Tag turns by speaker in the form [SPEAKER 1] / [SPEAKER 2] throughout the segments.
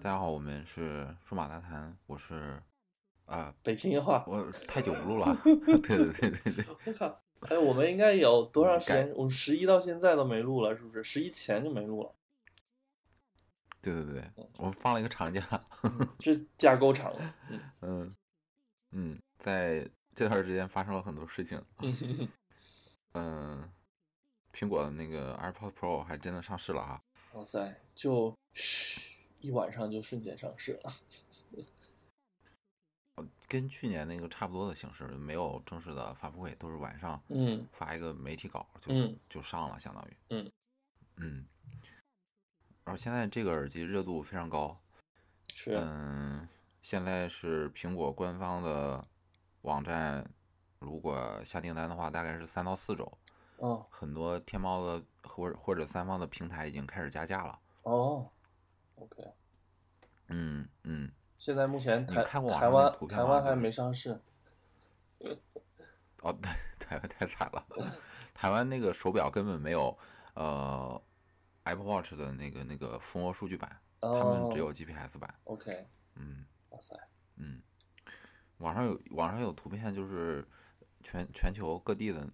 [SPEAKER 1] 大家好，我们是数码杂谈，我是啊、
[SPEAKER 2] 北京话，
[SPEAKER 1] 我太久不录 了，对对对对对，
[SPEAKER 2] 我靠！哎，我们应该有多长时间？我们十一到现在都没录了，是不是？十一前就没录了，
[SPEAKER 1] 对对对，我们放了一个长假，
[SPEAKER 2] 这架够长了。嗯
[SPEAKER 1] 嗯嗯，在这段时间发生了很多事 情，
[SPEAKER 2] 嗯
[SPEAKER 1] 嗯，苹果的那个 AirPods Pro 还真的上市了啊，
[SPEAKER 2] 哇塞，就嘘，一晚上就瞬间上市了。
[SPEAKER 1] 跟去年那个差不多的形式，没有正式的发布会，都是晚上
[SPEAKER 2] 嗯
[SPEAKER 1] 发一个媒体稿就、
[SPEAKER 2] 嗯
[SPEAKER 1] 就上了，相当于，
[SPEAKER 2] 嗯
[SPEAKER 1] 嗯，然后现在这个耳机热度非常高，
[SPEAKER 2] 是，
[SPEAKER 1] 嗯，现在是苹果官方的网站，如果下订单的话，大概是三到四周。
[SPEAKER 2] 哦
[SPEAKER 1] 很多天猫的或者或者三方的平台已经开始加价了。
[SPEAKER 2] 哦，OK。
[SPEAKER 1] 嗯嗯，
[SPEAKER 2] 现在目前
[SPEAKER 1] 你
[SPEAKER 2] 台
[SPEAKER 1] 看过网
[SPEAKER 2] 台
[SPEAKER 1] 上那
[SPEAKER 2] 湾
[SPEAKER 1] 图片
[SPEAKER 2] 台
[SPEAKER 1] 吗
[SPEAKER 2] 湾
[SPEAKER 1] 就
[SPEAKER 2] 还
[SPEAKER 1] 是
[SPEAKER 2] 没上市。
[SPEAKER 1] 哦，对， 台湾太惨了，台湾那个手表根本没有呃 Apple Watch 的那个那个蜂窝数据版，他们
[SPEAKER 2] 哦
[SPEAKER 1] 只有 GPS 版。
[SPEAKER 2] OK，
[SPEAKER 1] 嗯
[SPEAKER 2] 哇塞，
[SPEAKER 1] 嗯，网上有网上有图片，就是全全球各地的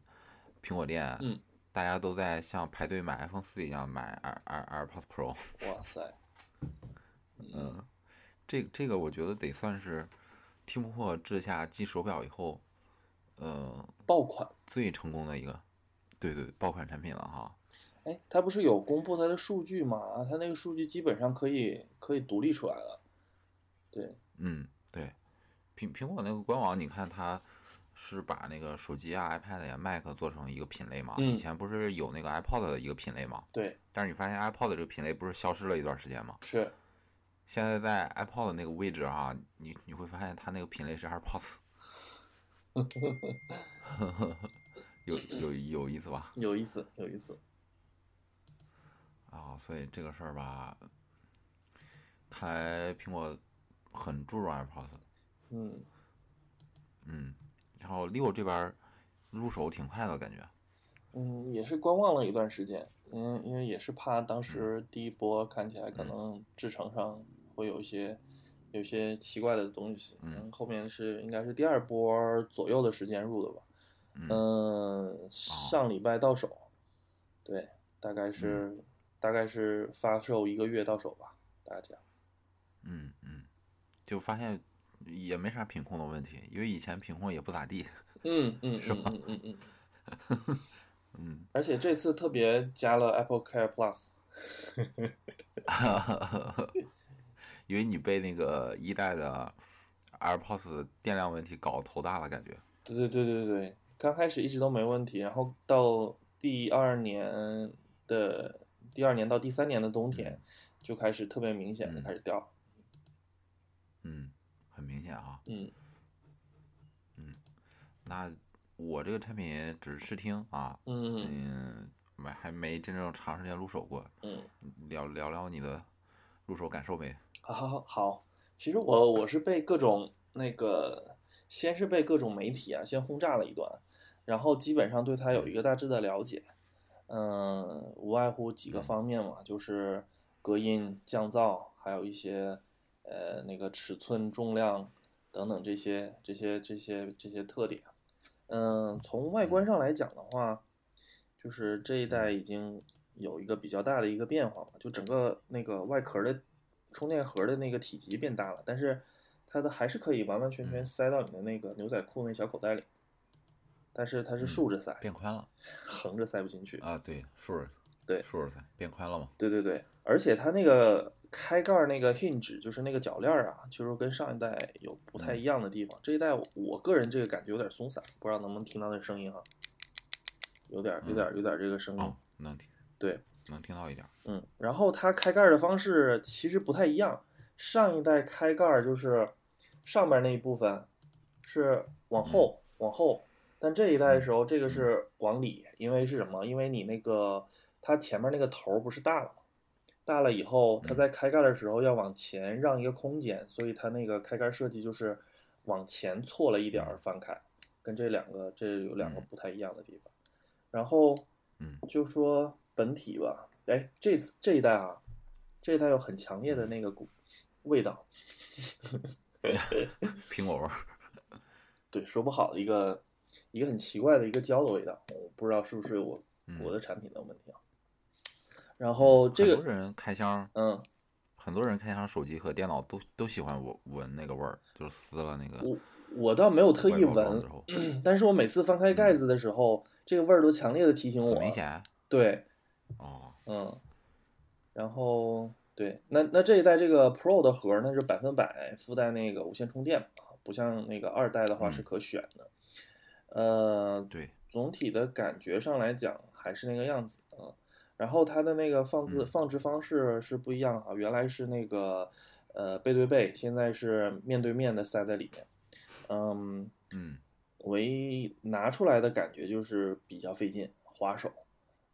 [SPEAKER 1] 苹果店，
[SPEAKER 2] 嗯，
[SPEAKER 1] 大家都在像排队买 iPhone 四一样买 Air Air AirPods Pro。
[SPEAKER 2] 哇塞，
[SPEAKER 1] 嗯，这这个我觉得得算是 Tim Cook 治下继手表以后，呃，
[SPEAKER 2] 爆款。
[SPEAKER 1] 最成功的一个，对对，爆款产品了哈。
[SPEAKER 2] 哎，它不是有公布它的数据吗？它那个数据基本上可以可以独立出来了。对，
[SPEAKER 1] 嗯，对，苹苹果那个官网，你看它是把那个手机啊、iPad 呀、Mac 做成一个品类嘛。以
[SPEAKER 2] 嗯
[SPEAKER 1] 前不是有那个 iPod 的一个品类嘛？
[SPEAKER 2] 对，
[SPEAKER 1] 但是你发现 iPod 这个品类不是消失了一段时间嘛？
[SPEAKER 2] 是，
[SPEAKER 1] 现在在 iPod 的那个位置啊，你你会发现它那个品类是 AirPods，有有有意思吧？
[SPEAKER 2] 有意思，有意思。
[SPEAKER 1] 啊，所以这个事儿吧，看来苹果很注重 AirPods，
[SPEAKER 2] 嗯，
[SPEAKER 1] 嗯，然后 Leo 这边儿入手挺快的感觉，
[SPEAKER 2] 嗯，也是观望了一段时间，嗯，因为也是怕当时第一波看起来可能制程上会有一些有一些奇怪的东西，
[SPEAKER 1] 嗯
[SPEAKER 2] 后面是应该是第二波左右的时间入的吧，
[SPEAKER 1] 嗯
[SPEAKER 2] 嗯，上礼拜到手，对，大概是大概是发售一个月到手吧，大概这样，
[SPEAKER 1] 嗯嗯，就发现也没啥品控的问题，因为以前品控也不咋地，
[SPEAKER 2] 嗯嗯嗯嗯嗯嗯，
[SPEAKER 1] 嗯，
[SPEAKER 2] 而且这次特别加了 Apple Care Plus，
[SPEAKER 1] 因为你被那个一代的 AirPods 的电量问题搞头大了感觉，
[SPEAKER 2] 对对对对对，刚开始一直都没问题，然后到第二年的第二年到第三年的冬天，就开始特别明显的
[SPEAKER 1] 嗯
[SPEAKER 2] 开始掉。
[SPEAKER 1] 嗯，很明显啊，
[SPEAKER 2] 嗯
[SPEAKER 1] 那我这个产品只是试听啊，
[SPEAKER 2] 嗯
[SPEAKER 1] 嗯，没还没真正长时间入手过，
[SPEAKER 2] 嗯，
[SPEAKER 1] 聊聊聊你的入手感受呗。
[SPEAKER 2] 好好好啊好。其实我我是被各种那个，先是被各种媒体啊先轰炸了一段，然后基本上对它有一个大致的了解。嗯，无外乎几个
[SPEAKER 1] 嗯
[SPEAKER 2] 方面嘛，就是隔音、降噪，还有一些呃那个尺寸、重量等等这些这些这些这些特点。嗯，从外观上来讲的话，就是这一代已经有一个比较大的一个变化吧，就整个那个外壳的充电盒的那个体积变大了，但是它的还是可以完完全全
[SPEAKER 1] 嗯
[SPEAKER 2] 塞到你的那个牛仔裤那小口袋里，但是它是
[SPEAKER 1] 嗯
[SPEAKER 2] 竖着塞，
[SPEAKER 1] 变宽了
[SPEAKER 2] 横着塞不进去。
[SPEAKER 1] 啊？对，竖着，
[SPEAKER 2] 对
[SPEAKER 1] 竖着噻，变宽了嘛？
[SPEAKER 2] 对对对，而且它那个开盖儿那个 hinge，就是那个铰链儿啊，就是跟上一代有不太一样的地方。这一代我我个人这个感觉有点松散，不知道能不能听到那声音哈，有点儿有点儿有点儿这个声音。
[SPEAKER 1] 哦，能听，
[SPEAKER 2] 嗯对，
[SPEAKER 1] 能听到一点儿。
[SPEAKER 2] 嗯，然后它开盖儿的方式其实不太一样，上一代开盖儿就是上面那一部分是往
[SPEAKER 1] 嗯
[SPEAKER 2] 后、往后，但这一代的时候这个是往里，因为是什么？因为你那个它前面那个头儿不是大了吗？大了以后，
[SPEAKER 1] 嗯
[SPEAKER 2] 它在开盖儿的时候要往前让一个空间，所以它那个开盖儿设计就是往前错了一点儿翻开，跟这两个这有两个
[SPEAKER 1] 嗯
[SPEAKER 2] 不太一样的地方。然后，
[SPEAKER 1] 嗯
[SPEAKER 2] 就说本体吧，哎，这次这一代啊，这一代有很强烈的那个股味道，
[SPEAKER 1] 苹果味儿，
[SPEAKER 2] 对，说不好的一个一个很奇怪的一个胶的味道，我不知道是不是我
[SPEAKER 1] 嗯
[SPEAKER 2] 我的产品的问题啊。然后这
[SPEAKER 1] 很
[SPEAKER 2] 个，
[SPEAKER 1] 多人开箱，
[SPEAKER 2] 嗯，
[SPEAKER 1] 很多人开箱手机和电脑都都喜欢闻闻那个味儿，就是撕了那个
[SPEAKER 2] 我我倒没有特
[SPEAKER 1] 外
[SPEAKER 2] 意
[SPEAKER 1] 包装
[SPEAKER 2] 闻
[SPEAKER 1] 之，后，
[SPEAKER 2] 但是我每次翻开盖子的时候，这个味儿都强烈的提醒我，
[SPEAKER 1] 很明显
[SPEAKER 2] 对，
[SPEAKER 1] 哦，
[SPEAKER 2] 嗯，然后对，那那这一代这个 Pro 的盒儿呢，是百分百附带那个无线充电嘛，不像那个二代的话是
[SPEAKER 1] 嗯
[SPEAKER 2] 可选的。呃，
[SPEAKER 1] 对，
[SPEAKER 2] 总体的感觉上来讲还是那个样子啊。嗯然后它的那个放置
[SPEAKER 1] 嗯
[SPEAKER 2] 放置方式是不一样啊，原来是那个呃背对背，现在是面对面的塞在里面。嗯，
[SPEAKER 1] 嗯，
[SPEAKER 2] 唯拿出来的感觉就是比较费劲，滑手。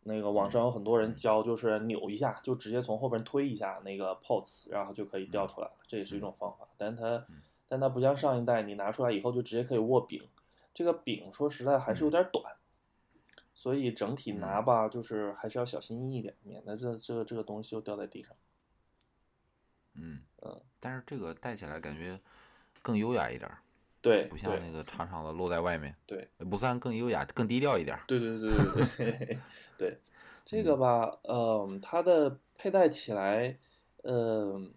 [SPEAKER 2] 那个
[SPEAKER 1] 嗯
[SPEAKER 2] 网上有很多人教，就是扭一下，就直接从后边推一下那个 POTS，然后就可以掉出来了，这也是一种方法。但它
[SPEAKER 1] 嗯，
[SPEAKER 2] 但它不像上一代，你拿出来以后就直接可以握柄，这个柄说实在还
[SPEAKER 1] 嗯
[SPEAKER 2] 是有点短，所以整体拿吧，就是还是要小心翼翼一点，免得这这这个东西又掉在地上。
[SPEAKER 1] 嗯
[SPEAKER 2] 嗯，
[SPEAKER 1] 但是这个戴起来感觉更优雅一点儿，
[SPEAKER 2] 对，
[SPEAKER 1] 不像
[SPEAKER 2] 对
[SPEAKER 1] 那个长长的露在外面。
[SPEAKER 2] 对，
[SPEAKER 1] 不算更优雅，更低调一点儿。
[SPEAKER 2] 对对对对对 对，这个吧，嗯，它的佩戴起来，嗯，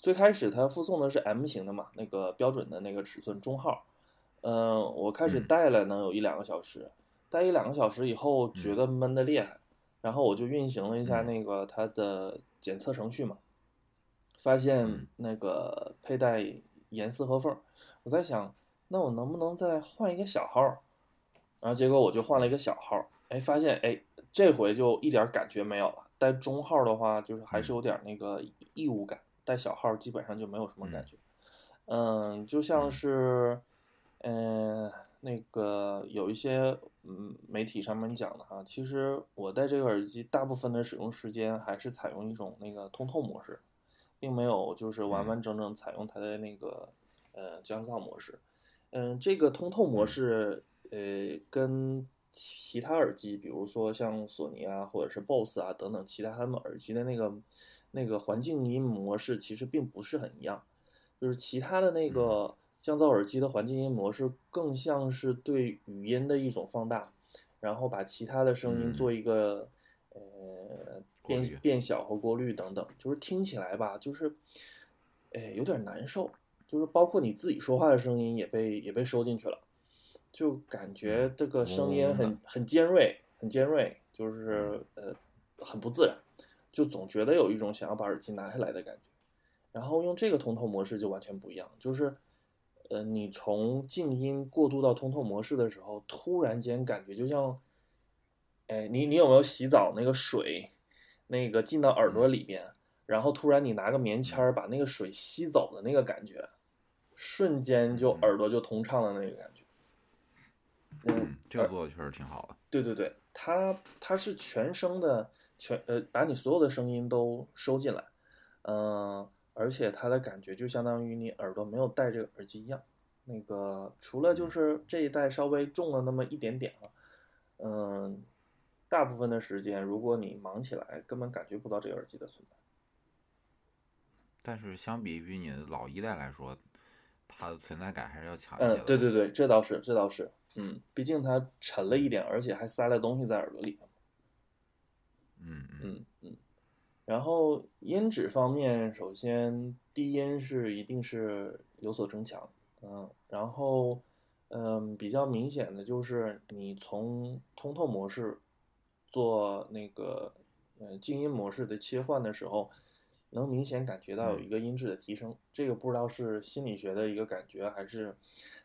[SPEAKER 2] 最开始它附送的是 M 型的嘛，那个标准的那个尺寸中号，嗯，我开始
[SPEAKER 1] 嗯
[SPEAKER 2] 戴了能有一两个小时，戴一两个小时以后觉得闷的厉害，然后我就运行了一下
[SPEAKER 1] 嗯
[SPEAKER 2] 那个它的检测程序嘛，发现
[SPEAKER 1] 嗯
[SPEAKER 2] 那个佩戴严丝合缝儿，我在想，那我能不能再换一个小号儿？然后结果我就换了一个小号儿，哎，发现哎，这回就一点儿感觉没有了。戴中号儿的话，就是还是有点儿那个异物感，戴小号儿基本上就没有什么感觉。嗯，就像
[SPEAKER 1] 嗯
[SPEAKER 2] 是，嗯、那个有一些嗯媒体上面讲的哈，其实我戴这个耳机大部分的使用时间还是采用一种那个通透模式，并没有就是完
[SPEAKER 1] 嗯
[SPEAKER 2] 完整整采用它的那个呃降噪模式。嗯，这个通透模式，呃，跟其其他耳机，比如说像索尼啊，或者是 BOSS 啊等等，其他他们耳机的那个那个环境音模式其实并不是很一样。就是其他的
[SPEAKER 1] 嗯
[SPEAKER 2] 那个降噪耳机的环境音模式，更像是对语音的一种放大，然后把其他的声音
[SPEAKER 1] 嗯
[SPEAKER 2] 做一个、呃
[SPEAKER 1] 过
[SPEAKER 2] 变
[SPEAKER 1] 滤
[SPEAKER 2] 变小和过滤等等，就是听起来吧，就是哎有点难受，就是包括你自己说话的声音也被也被收进去了，就感觉
[SPEAKER 1] 嗯
[SPEAKER 2] 这个声音
[SPEAKER 1] 嗡嗡
[SPEAKER 2] 很很尖锐，很尖锐，就是呃很不自然，就总觉得有一种想要把耳机拿下来的感觉。然后用这个通透模式就完全不一样，就是，呃，你从静音过渡到通透模式的时候，突然间感觉就像，哎，你你有没有洗澡那个水，那个进到耳朵里边，然后突然你拿个棉签儿把那个水吸走的那个感觉，瞬间就
[SPEAKER 1] 嗯
[SPEAKER 2] 耳朵就通畅的那个感觉。嗯，
[SPEAKER 1] 嗯，这个做的确实挺好的。
[SPEAKER 2] 对对对，它它是全声的全呃，把你所有的声音都收进来，嗯、而且它的感觉就相当于你耳朵没有戴这个耳机一样。那个除了就是这一代稍微重了那么一点点啊，嗯、大部分的时间如果你忙起来，根本感觉不到这个耳机的存在。
[SPEAKER 1] 但是相比于你的老一代来说，它的存在感还是要强一些
[SPEAKER 2] 嗯
[SPEAKER 1] 的。，
[SPEAKER 2] 对对对，这倒是这倒是，嗯，毕竟它沉了一点，而且还塞了东西在耳朵里。
[SPEAKER 1] 嗯嗯
[SPEAKER 2] 嗯，嗯，然后音质方面，首先低音是一定是有所增强，嗯，然后嗯，比较明显的就是你从通透模式做那个呃静音模式的切换的时候，能明显感觉到有
[SPEAKER 1] 嗯
[SPEAKER 2] 一个音质的提升。这个不知道是心理学的一个感觉，还是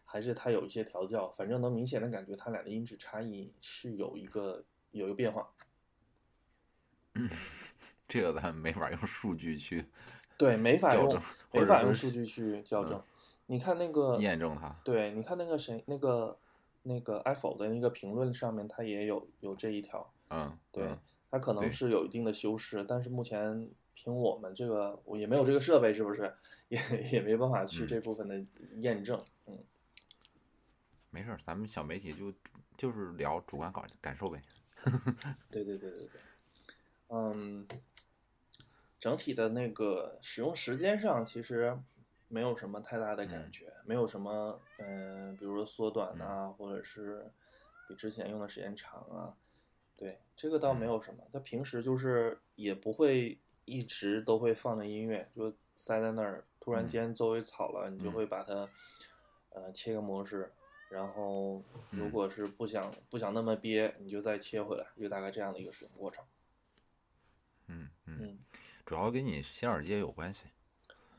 [SPEAKER 2] 还是它有一些调教，反正能明显的感觉它俩的音质差异是有一个有一个变化。
[SPEAKER 1] 这个咱没法用数据去
[SPEAKER 2] 对，没法
[SPEAKER 1] 校
[SPEAKER 2] 用
[SPEAKER 1] 正，
[SPEAKER 2] 没
[SPEAKER 1] 或
[SPEAKER 2] 法
[SPEAKER 1] 者
[SPEAKER 2] 用
[SPEAKER 1] 说
[SPEAKER 2] 数据去校
[SPEAKER 1] 嗯
[SPEAKER 2] 正。你看那个，
[SPEAKER 1] 验证它。
[SPEAKER 2] 对，你看那个谁，那个那个 Apple 的一个评论上面，它也有有这一条，
[SPEAKER 1] 嗯，
[SPEAKER 2] 对
[SPEAKER 1] 嗯
[SPEAKER 2] 它可能
[SPEAKER 1] 对
[SPEAKER 2] 是有一定的修饰，但是目前凭我们这个，我也没有这个设备，是不是？ 也也没办法去
[SPEAKER 1] 嗯
[SPEAKER 2] 这部分的验证。嗯，
[SPEAKER 1] 没事儿，咱们小媒体就就是聊主观感感受呗。
[SPEAKER 2] 对对对对对，嗯，整体的那个使用时间上其实没有什么太大的感觉，没有什么嗯、呃比如说缩短呐、或者是比之前用的时间长啊，对，这个倒没有什么。他平时就是也不会一直都会放着音乐，就塞在那儿，突然
[SPEAKER 1] 嗯
[SPEAKER 2] 间周围草了，你就
[SPEAKER 1] 嗯
[SPEAKER 2] 会把它呃切个模式。然后，如
[SPEAKER 1] 嗯
[SPEAKER 2] 果是不想、不想那么憋，你就再切回来，就大概这样的一个使用过程。
[SPEAKER 1] 嗯嗯，
[SPEAKER 2] 嗯
[SPEAKER 1] 主要跟你洗耳机也有关系。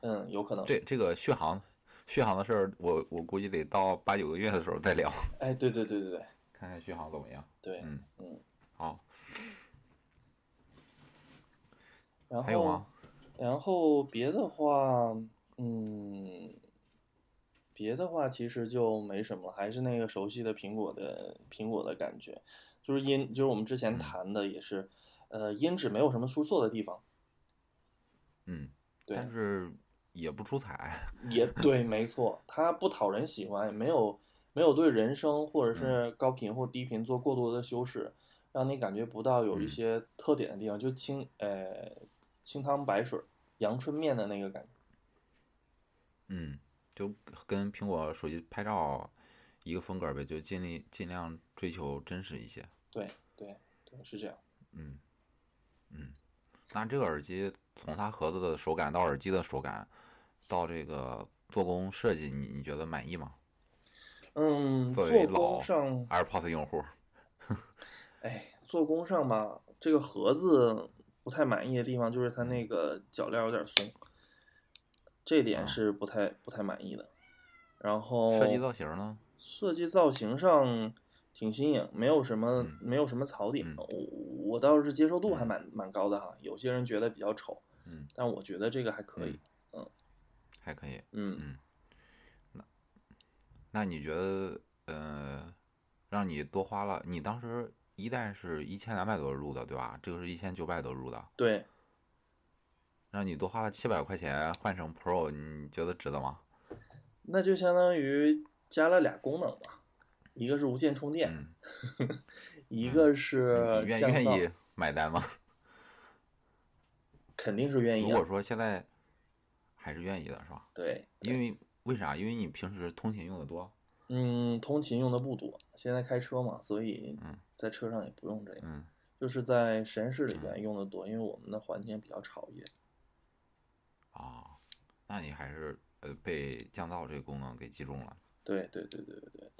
[SPEAKER 2] 嗯，有可能。
[SPEAKER 1] 这这个续航续航的事儿，我我估计得到八九个月的时候再聊，
[SPEAKER 2] 哎，对对对对对
[SPEAKER 1] 看看续航怎么样。
[SPEAKER 2] 对，
[SPEAKER 1] 嗯
[SPEAKER 2] 嗯。
[SPEAKER 1] 好，
[SPEAKER 2] 然
[SPEAKER 1] 还有
[SPEAKER 2] 后
[SPEAKER 1] 吗？
[SPEAKER 2] 然后别的话，嗯，别的话其实就没什么了，还是那个熟悉的苹果的苹果的感觉，就是音，就是我们之前
[SPEAKER 1] 嗯
[SPEAKER 2] 谈的也是，呃，音质没有什么出错的地方，
[SPEAKER 1] 嗯，
[SPEAKER 2] 对，
[SPEAKER 1] 但是也不出彩。
[SPEAKER 2] 也对，没错，它不讨人喜欢，也没有没有对人声或
[SPEAKER 1] 嗯
[SPEAKER 2] 者是高频或低频做过多的修饰，让你感觉不到有一
[SPEAKER 1] 嗯
[SPEAKER 2] 些特点的地方，就清呃清汤白水、阳春面的那个感觉。
[SPEAKER 1] 嗯，就跟苹果手机拍照一个风格呗，就尽力尽量追求真实一些。
[SPEAKER 2] 对对对，是这样。
[SPEAKER 1] 嗯嗯，那这个耳机从它盒子的手感到耳机的手感，到这个做工设计，你你觉得满意吗
[SPEAKER 2] 嗯，
[SPEAKER 1] 作
[SPEAKER 2] 做
[SPEAKER 1] 为老
[SPEAKER 2] 工上，
[SPEAKER 1] ？AirPods 用户，
[SPEAKER 2] 哎，做工上吧，这个盒子不太满意的地方就是它那个脚链有点松，这
[SPEAKER 1] 啊
[SPEAKER 2] 点是不太不太满意的。然后
[SPEAKER 1] 设计造型呢？
[SPEAKER 2] 设计造型上挺新颖，没有什么、
[SPEAKER 1] 嗯
[SPEAKER 2] 没有什么槽点，
[SPEAKER 1] 嗯
[SPEAKER 2] 我我倒是接受度还蛮蛮高的哈。有些人觉得比较丑，
[SPEAKER 1] 嗯，
[SPEAKER 2] 但我觉得这个还可以。
[SPEAKER 1] 还可以。
[SPEAKER 2] 嗯，
[SPEAKER 1] 嗯，那那你觉得，呃，让你多花了，你当时一代是一千两百多入的，对吧？这个是一千九百多入的，
[SPEAKER 2] 对，
[SPEAKER 1] 让你多花了七百块钱换成 Pro，你觉得值得吗？
[SPEAKER 2] 那就相当于加了俩功能吧，一个是无线充电，
[SPEAKER 1] 嗯，
[SPEAKER 2] 一个
[SPEAKER 1] 你
[SPEAKER 2] 是
[SPEAKER 1] 你愿
[SPEAKER 2] 降
[SPEAKER 1] 愿
[SPEAKER 2] 噪，
[SPEAKER 1] 意买单吗？
[SPEAKER 2] 肯定是愿
[SPEAKER 1] 如
[SPEAKER 2] 意、啊
[SPEAKER 1] 果。说现在还是愿意的，是吧？
[SPEAKER 2] 对，
[SPEAKER 1] 因为为啥？因为你平时通勤用的多，
[SPEAKER 2] 嗯，通勤用的不多，现在开车嘛，所以
[SPEAKER 1] 嗯
[SPEAKER 2] 在车上也不用这个，
[SPEAKER 1] 嗯
[SPEAKER 2] 就是在实验室里边用的多，因为我们的环境比较吵一些。
[SPEAKER 1] 啊、那你还是呃被降噪这个功能给击中了。
[SPEAKER 2] 对对对对对对，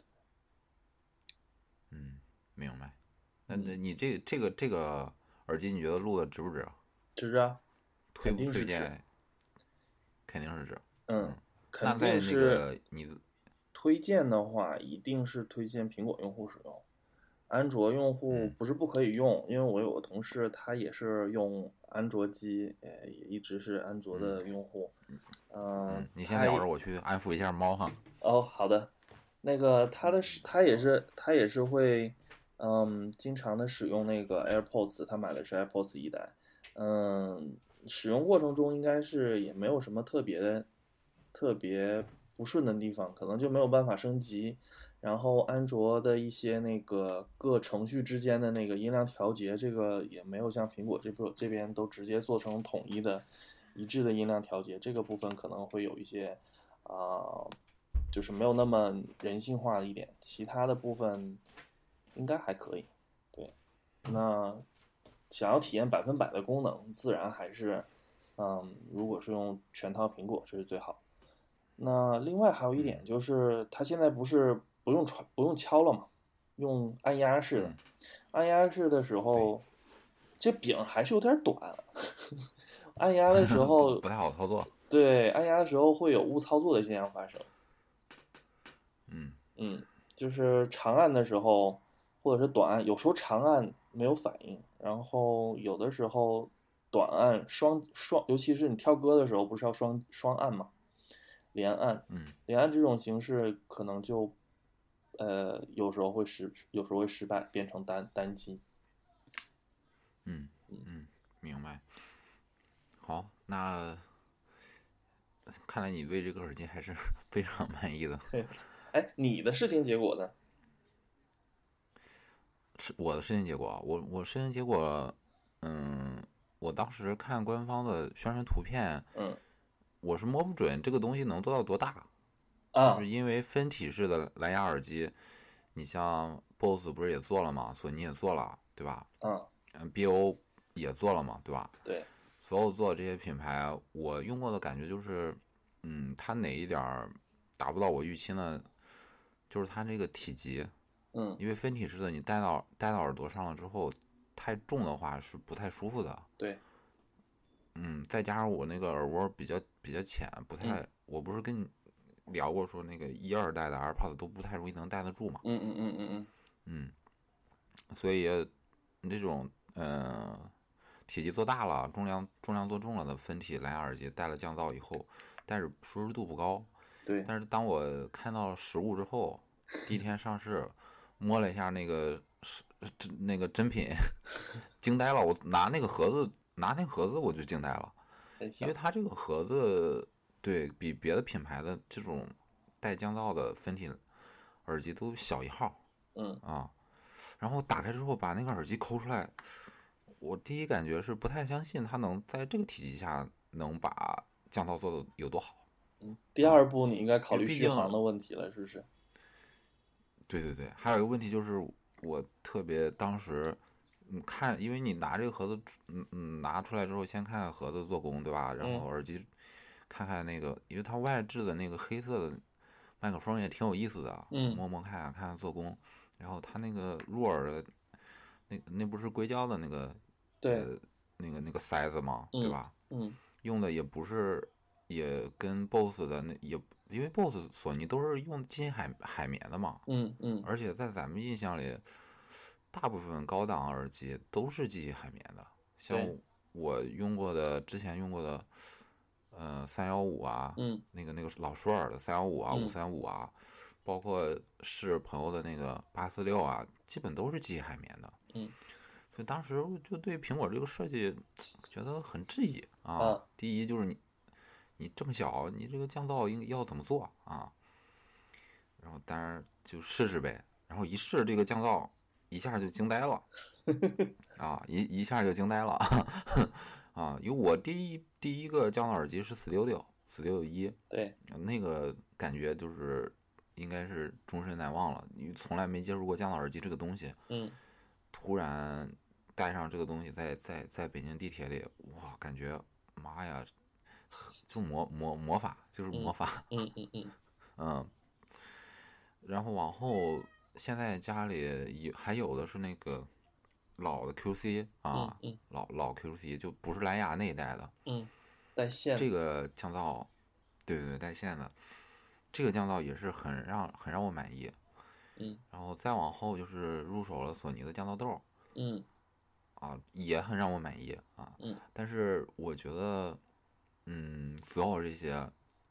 [SPEAKER 1] 嗯，明白。那那
[SPEAKER 2] 嗯
[SPEAKER 1] 你这这个这个耳机，你觉得录的值不值啊？
[SPEAKER 2] 值啊，
[SPEAKER 1] 推
[SPEAKER 2] 肯
[SPEAKER 1] 不
[SPEAKER 2] 定
[SPEAKER 1] 推
[SPEAKER 2] 是值
[SPEAKER 1] 荐？肯定是值。
[SPEAKER 2] 嗯，
[SPEAKER 1] 那
[SPEAKER 2] 肯
[SPEAKER 1] 在
[SPEAKER 2] 定
[SPEAKER 1] 那
[SPEAKER 2] 是
[SPEAKER 1] 个你的
[SPEAKER 2] 推荐的话，一定是推荐苹果用户使用。安卓用户
[SPEAKER 1] 嗯
[SPEAKER 2] 不是不可以用，因为我有个同事，他也是用安卓机，呃，也一直是安卓的用户。嗯
[SPEAKER 1] 嗯，你先
[SPEAKER 2] 他
[SPEAKER 1] 聊
[SPEAKER 2] 也
[SPEAKER 1] 着，我去安抚一下猫哈。
[SPEAKER 2] 哦，好的。那个他的是，他也是，他也是会，嗯，经常的使用那个 AirPods，他买的是 AirPods 一代，嗯，使用过程中应该是也没有什么特别的、特别不顺的地方，可能就没有办法升级。然后安卓的一些那个各程序之间的那个音量调节，这个也没有像苹果这边这边都直接做成统一的、一致的音量调节，这个部分可能会有一些啊、就是没有那么人性化的一点，其他的部分应该还可以。对，那想要体验百分百的功能，自然还是，嗯，如果是用全套苹果，这是最好。那另外还有一点就是，它现在不是不用传不用敲了嘛，用按压式的
[SPEAKER 1] 嗯，
[SPEAKER 2] 按压式的时候，这柄还是有点短。 按压的时候
[SPEAKER 1] 不，太好操作。
[SPEAKER 2] 对按压的时候会有误操作的现象发生。
[SPEAKER 1] 嗯
[SPEAKER 2] 嗯，就是长按的时候，或者是短按，有时候长按没有反应，然后有的时候短按双双，尤其是你跳歌的时候，不是要双双按吗？连按，
[SPEAKER 1] 嗯
[SPEAKER 2] 连按这种形式可能就，呃，有时候会失，有时候会失败，变成单单击。
[SPEAKER 1] 嗯嗯，明白。好，那看来你对这个耳机还是 非常满意的。
[SPEAKER 2] 哎，你的试听结果呢？
[SPEAKER 1] 是我的申请结果啊，我我申请结果，嗯，我当时看官方的宣传图片，
[SPEAKER 2] 嗯
[SPEAKER 1] 我是摸不准这个东西能做到多大，
[SPEAKER 2] 啊
[SPEAKER 1] 就是因为分体式的蓝牙耳机，你像 BOSS 不是也做了嘛，索尼也做了，对吧？
[SPEAKER 2] 啊，
[SPEAKER 1] 嗯，BO 也做了嘛，对吧？
[SPEAKER 2] 对，
[SPEAKER 1] 所有做的这些品牌，我用过的感觉就是，嗯，它哪一点儿达不到我预期呢？就是它这个体积，
[SPEAKER 2] 嗯
[SPEAKER 1] 因为分体式的你戴到戴到耳朵上了之后，太重的话是不太舒服的。
[SPEAKER 2] 对，
[SPEAKER 1] 嗯，再加上我那个耳蜗比较比较浅，不太，
[SPEAKER 2] 嗯
[SPEAKER 1] 我不是跟你聊过说那个一二代的 AirPods 都不太容易能戴得住嘛。
[SPEAKER 2] 嗯嗯嗯嗯嗯，
[SPEAKER 1] 嗯，所以这种呃体积做大了，重量重量做重了的分体蓝牙耳机戴了降噪以后，但是舒适度不高。
[SPEAKER 2] 对，
[SPEAKER 1] 但是当我看到实物之后，第一天上市，摸了一下那个是真那个真品， 惊呆了。我拿那个盒子，拿那个盒子我就惊呆了，
[SPEAKER 2] 很
[SPEAKER 1] 因
[SPEAKER 2] 小
[SPEAKER 1] 为，它这个盒子对比别的品牌的这种带降噪的分体耳机都小一号。
[SPEAKER 2] 嗯
[SPEAKER 1] 啊，然后打开之后把那个耳机抠出来，我第一感觉是不太相信它能在这个体积下能把降噪做的有多好。
[SPEAKER 2] 嗯。第二步你应该考虑
[SPEAKER 1] 因为毕
[SPEAKER 2] 续
[SPEAKER 1] 竟
[SPEAKER 2] 航的问题了，是不是？
[SPEAKER 1] 对对对，还有一个问题就是我特别当时，嗯，看，因为你拿这个盒子出，嗯嗯，拿出来之后先看盒子做工，对吧？然
[SPEAKER 2] 嗯
[SPEAKER 1] 后耳机，看看那个，因为它外置的那个黑色的麦克风也挺有意思的，
[SPEAKER 2] 嗯
[SPEAKER 1] 摸摸看啊看看做工，然后它那个入耳的，那那不是硅胶的那个
[SPEAKER 2] 对，
[SPEAKER 1] 呃、那个那个塞子嘛，对
[SPEAKER 2] 嗯
[SPEAKER 1] 吧？
[SPEAKER 2] 嗯
[SPEAKER 1] 用的也不是，也跟 BOSS 的那也，因为 BOSS 索尼都是用金海海绵的嘛，
[SPEAKER 2] 嗯嗯，
[SPEAKER 1] 而且在咱们印象里，大部分高档耳机都是记忆海绵的，像
[SPEAKER 2] 对
[SPEAKER 1] 我用过的之前用过的，呃，三幺五啊，
[SPEAKER 2] 嗯
[SPEAKER 1] 那个那个老舒尔的三幺五啊，
[SPEAKER 2] 嗯
[SPEAKER 1] 五三五啊，包括是朋友的那个八四六啊，基本都是记忆海绵的。
[SPEAKER 2] 嗯，
[SPEAKER 1] 所以当时我就对苹果这个设计觉得很质疑啊。
[SPEAKER 2] 啊
[SPEAKER 1] 第一就是你你这么小，你这个降噪应要怎么做啊？然后当然就试试呗。然后一试这个降噪，一下就惊呆 了啊！一一下就惊呆了 啊！因为我第一第一个降噪耳机是 Studio Studio 一，
[SPEAKER 2] 对，
[SPEAKER 1] 那个感觉就是应该是终身难忘了，因为从来没接触过降噪耳机这个东西，
[SPEAKER 2] 嗯
[SPEAKER 1] 突然带上这个东西在，在在北京地铁里，哇，感觉妈呀， 就魔魔魔法，就是魔
[SPEAKER 2] 嗯
[SPEAKER 1] 法，
[SPEAKER 2] 嗯嗯嗯
[SPEAKER 1] 嗯。然后往后，现在家里有还有的是那个老的 QC 啊
[SPEAKER 2] 嗯，嗯
[SPEAKER 1] 老老 QC 就不是蓝牙那一代的，
[SPEAKER 2] 嗯，带线，
[SPEAKER 1] 这个降噪，对对对，带线的，这个降噪也是很让很让我满意。
[SPEAKER 2] 嗯
[SPEAKER 1] 然后再往后就是入手了索尼的降噪豆
[SPEAKER 2] 嗯
[SPEAKER 1] 啊，也很让我满意啊。
[SPEAKER 2] 嗯
[SPEAKER 1] 但是我觉得，嗯，所有这些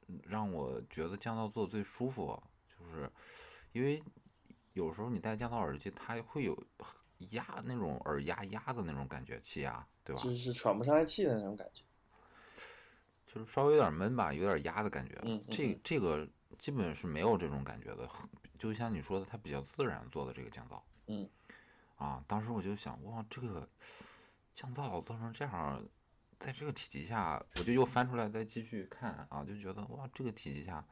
[SPEAKER 1] 嗯让我觉得降噪做得最舒服，就是因为有时候你戴降噪耳机，它会有压那种耳压压的那种感觉，气压，对吧？
[SPEAKER 2] 就是喘不上来气的那种感觉。
[SPEAKER 1] 就是稍微有点闷吧，有点压的感觉。
[SPEAKER 2] 嗯嗯
[SPEAKER 1] 这
[SPEAKER 2] 嗯
[SPEAKER 1] 这个基本是没有这种感觉的，很就像你说的，它比较自然做的这个降噪。
[SPEAKER 2] 嗯，
[SPEAKER 1] 啊，当时我就想，哇，这个降噪做成这样，在这个体积下，我就又翻出来再继续看啊，就觉得哇，这个体积下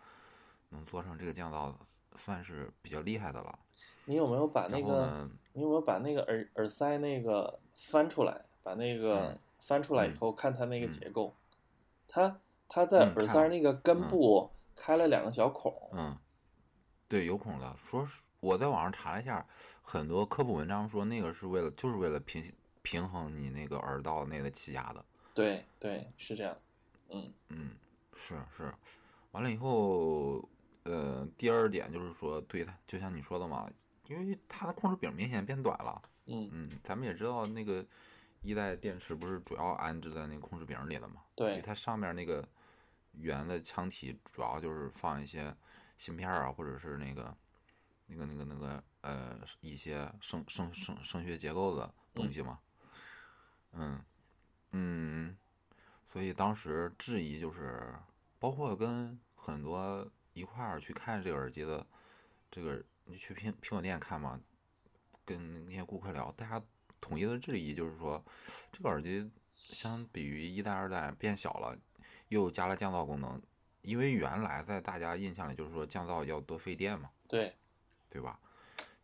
[SPEAKER 1] 能做成这个降噪，算是比较厉害的了。
[SPEAKER 2] 你有没有把那
[SPEAKER 1] 然后
[SPEAKER 2] 个？
[SPEAKER 1] 呢，
[SPEAKER 2] 你有没有把那个耳耳塞那个翻出来？把那个
[SPEAKER 1] 嗯
[SPEAKER 2] 翻出来以
[SPEAKER 1] 嗯
[SPEAKER 2] 后，看它那个
[SPEAKER 1] 嗯
[SPEAKER 2] 结构。它它在
[SPEAKER 1] 嗯
[SPEAKER 2] 耳
[SPEAKER 1] 看
[SPEAKER 2] 塞
[SPEAKER 1] 了
[SPEAKER 2] 那个根
[SPEAKER 1] 嗯
[SPEAKER 2] 部开了两个小孔。
[SPEAKER 1] 嗯，对，有孔的。说是我在网上查了一下，很多科普文章说那个是为了，就是为了平平衡你那个耳道内的气压的。
[SPEAKER 2] 对对，是这样。嗯
[SPEAKER 1] 嗯，是是。完了以后，呃，第二点就是说，对它，就像你说的嘛，因为它的控制柄明显变短了。
[SPEAKER 2] 嗯，
[SPEAKER 1] 嗯，咱们也知道那个一代电池不是主要安置在那个控制柄里的嘛，因为
[SPEAKER 2] 对
[SPEAKER 1] 它上面那个圆的腔体主要就是放一些芯片儿啊，或者是那个那个那个那个呃一些声声声声学结构的东西嘛。嗯嗯，所以当时质疑就是，包括跟很多一块儿去看这个耳机的这个，你去苹苹果店看嘛，跟那些顾客聊，大家统一的质疑就是说，这个耳机相比于一代、二代变小了，又加了降噪功能，因为原来在大家印象里就是说降噪要多费电嘛，
[SPEAKER 2] 对，
[SPEAKER 1] 对吧？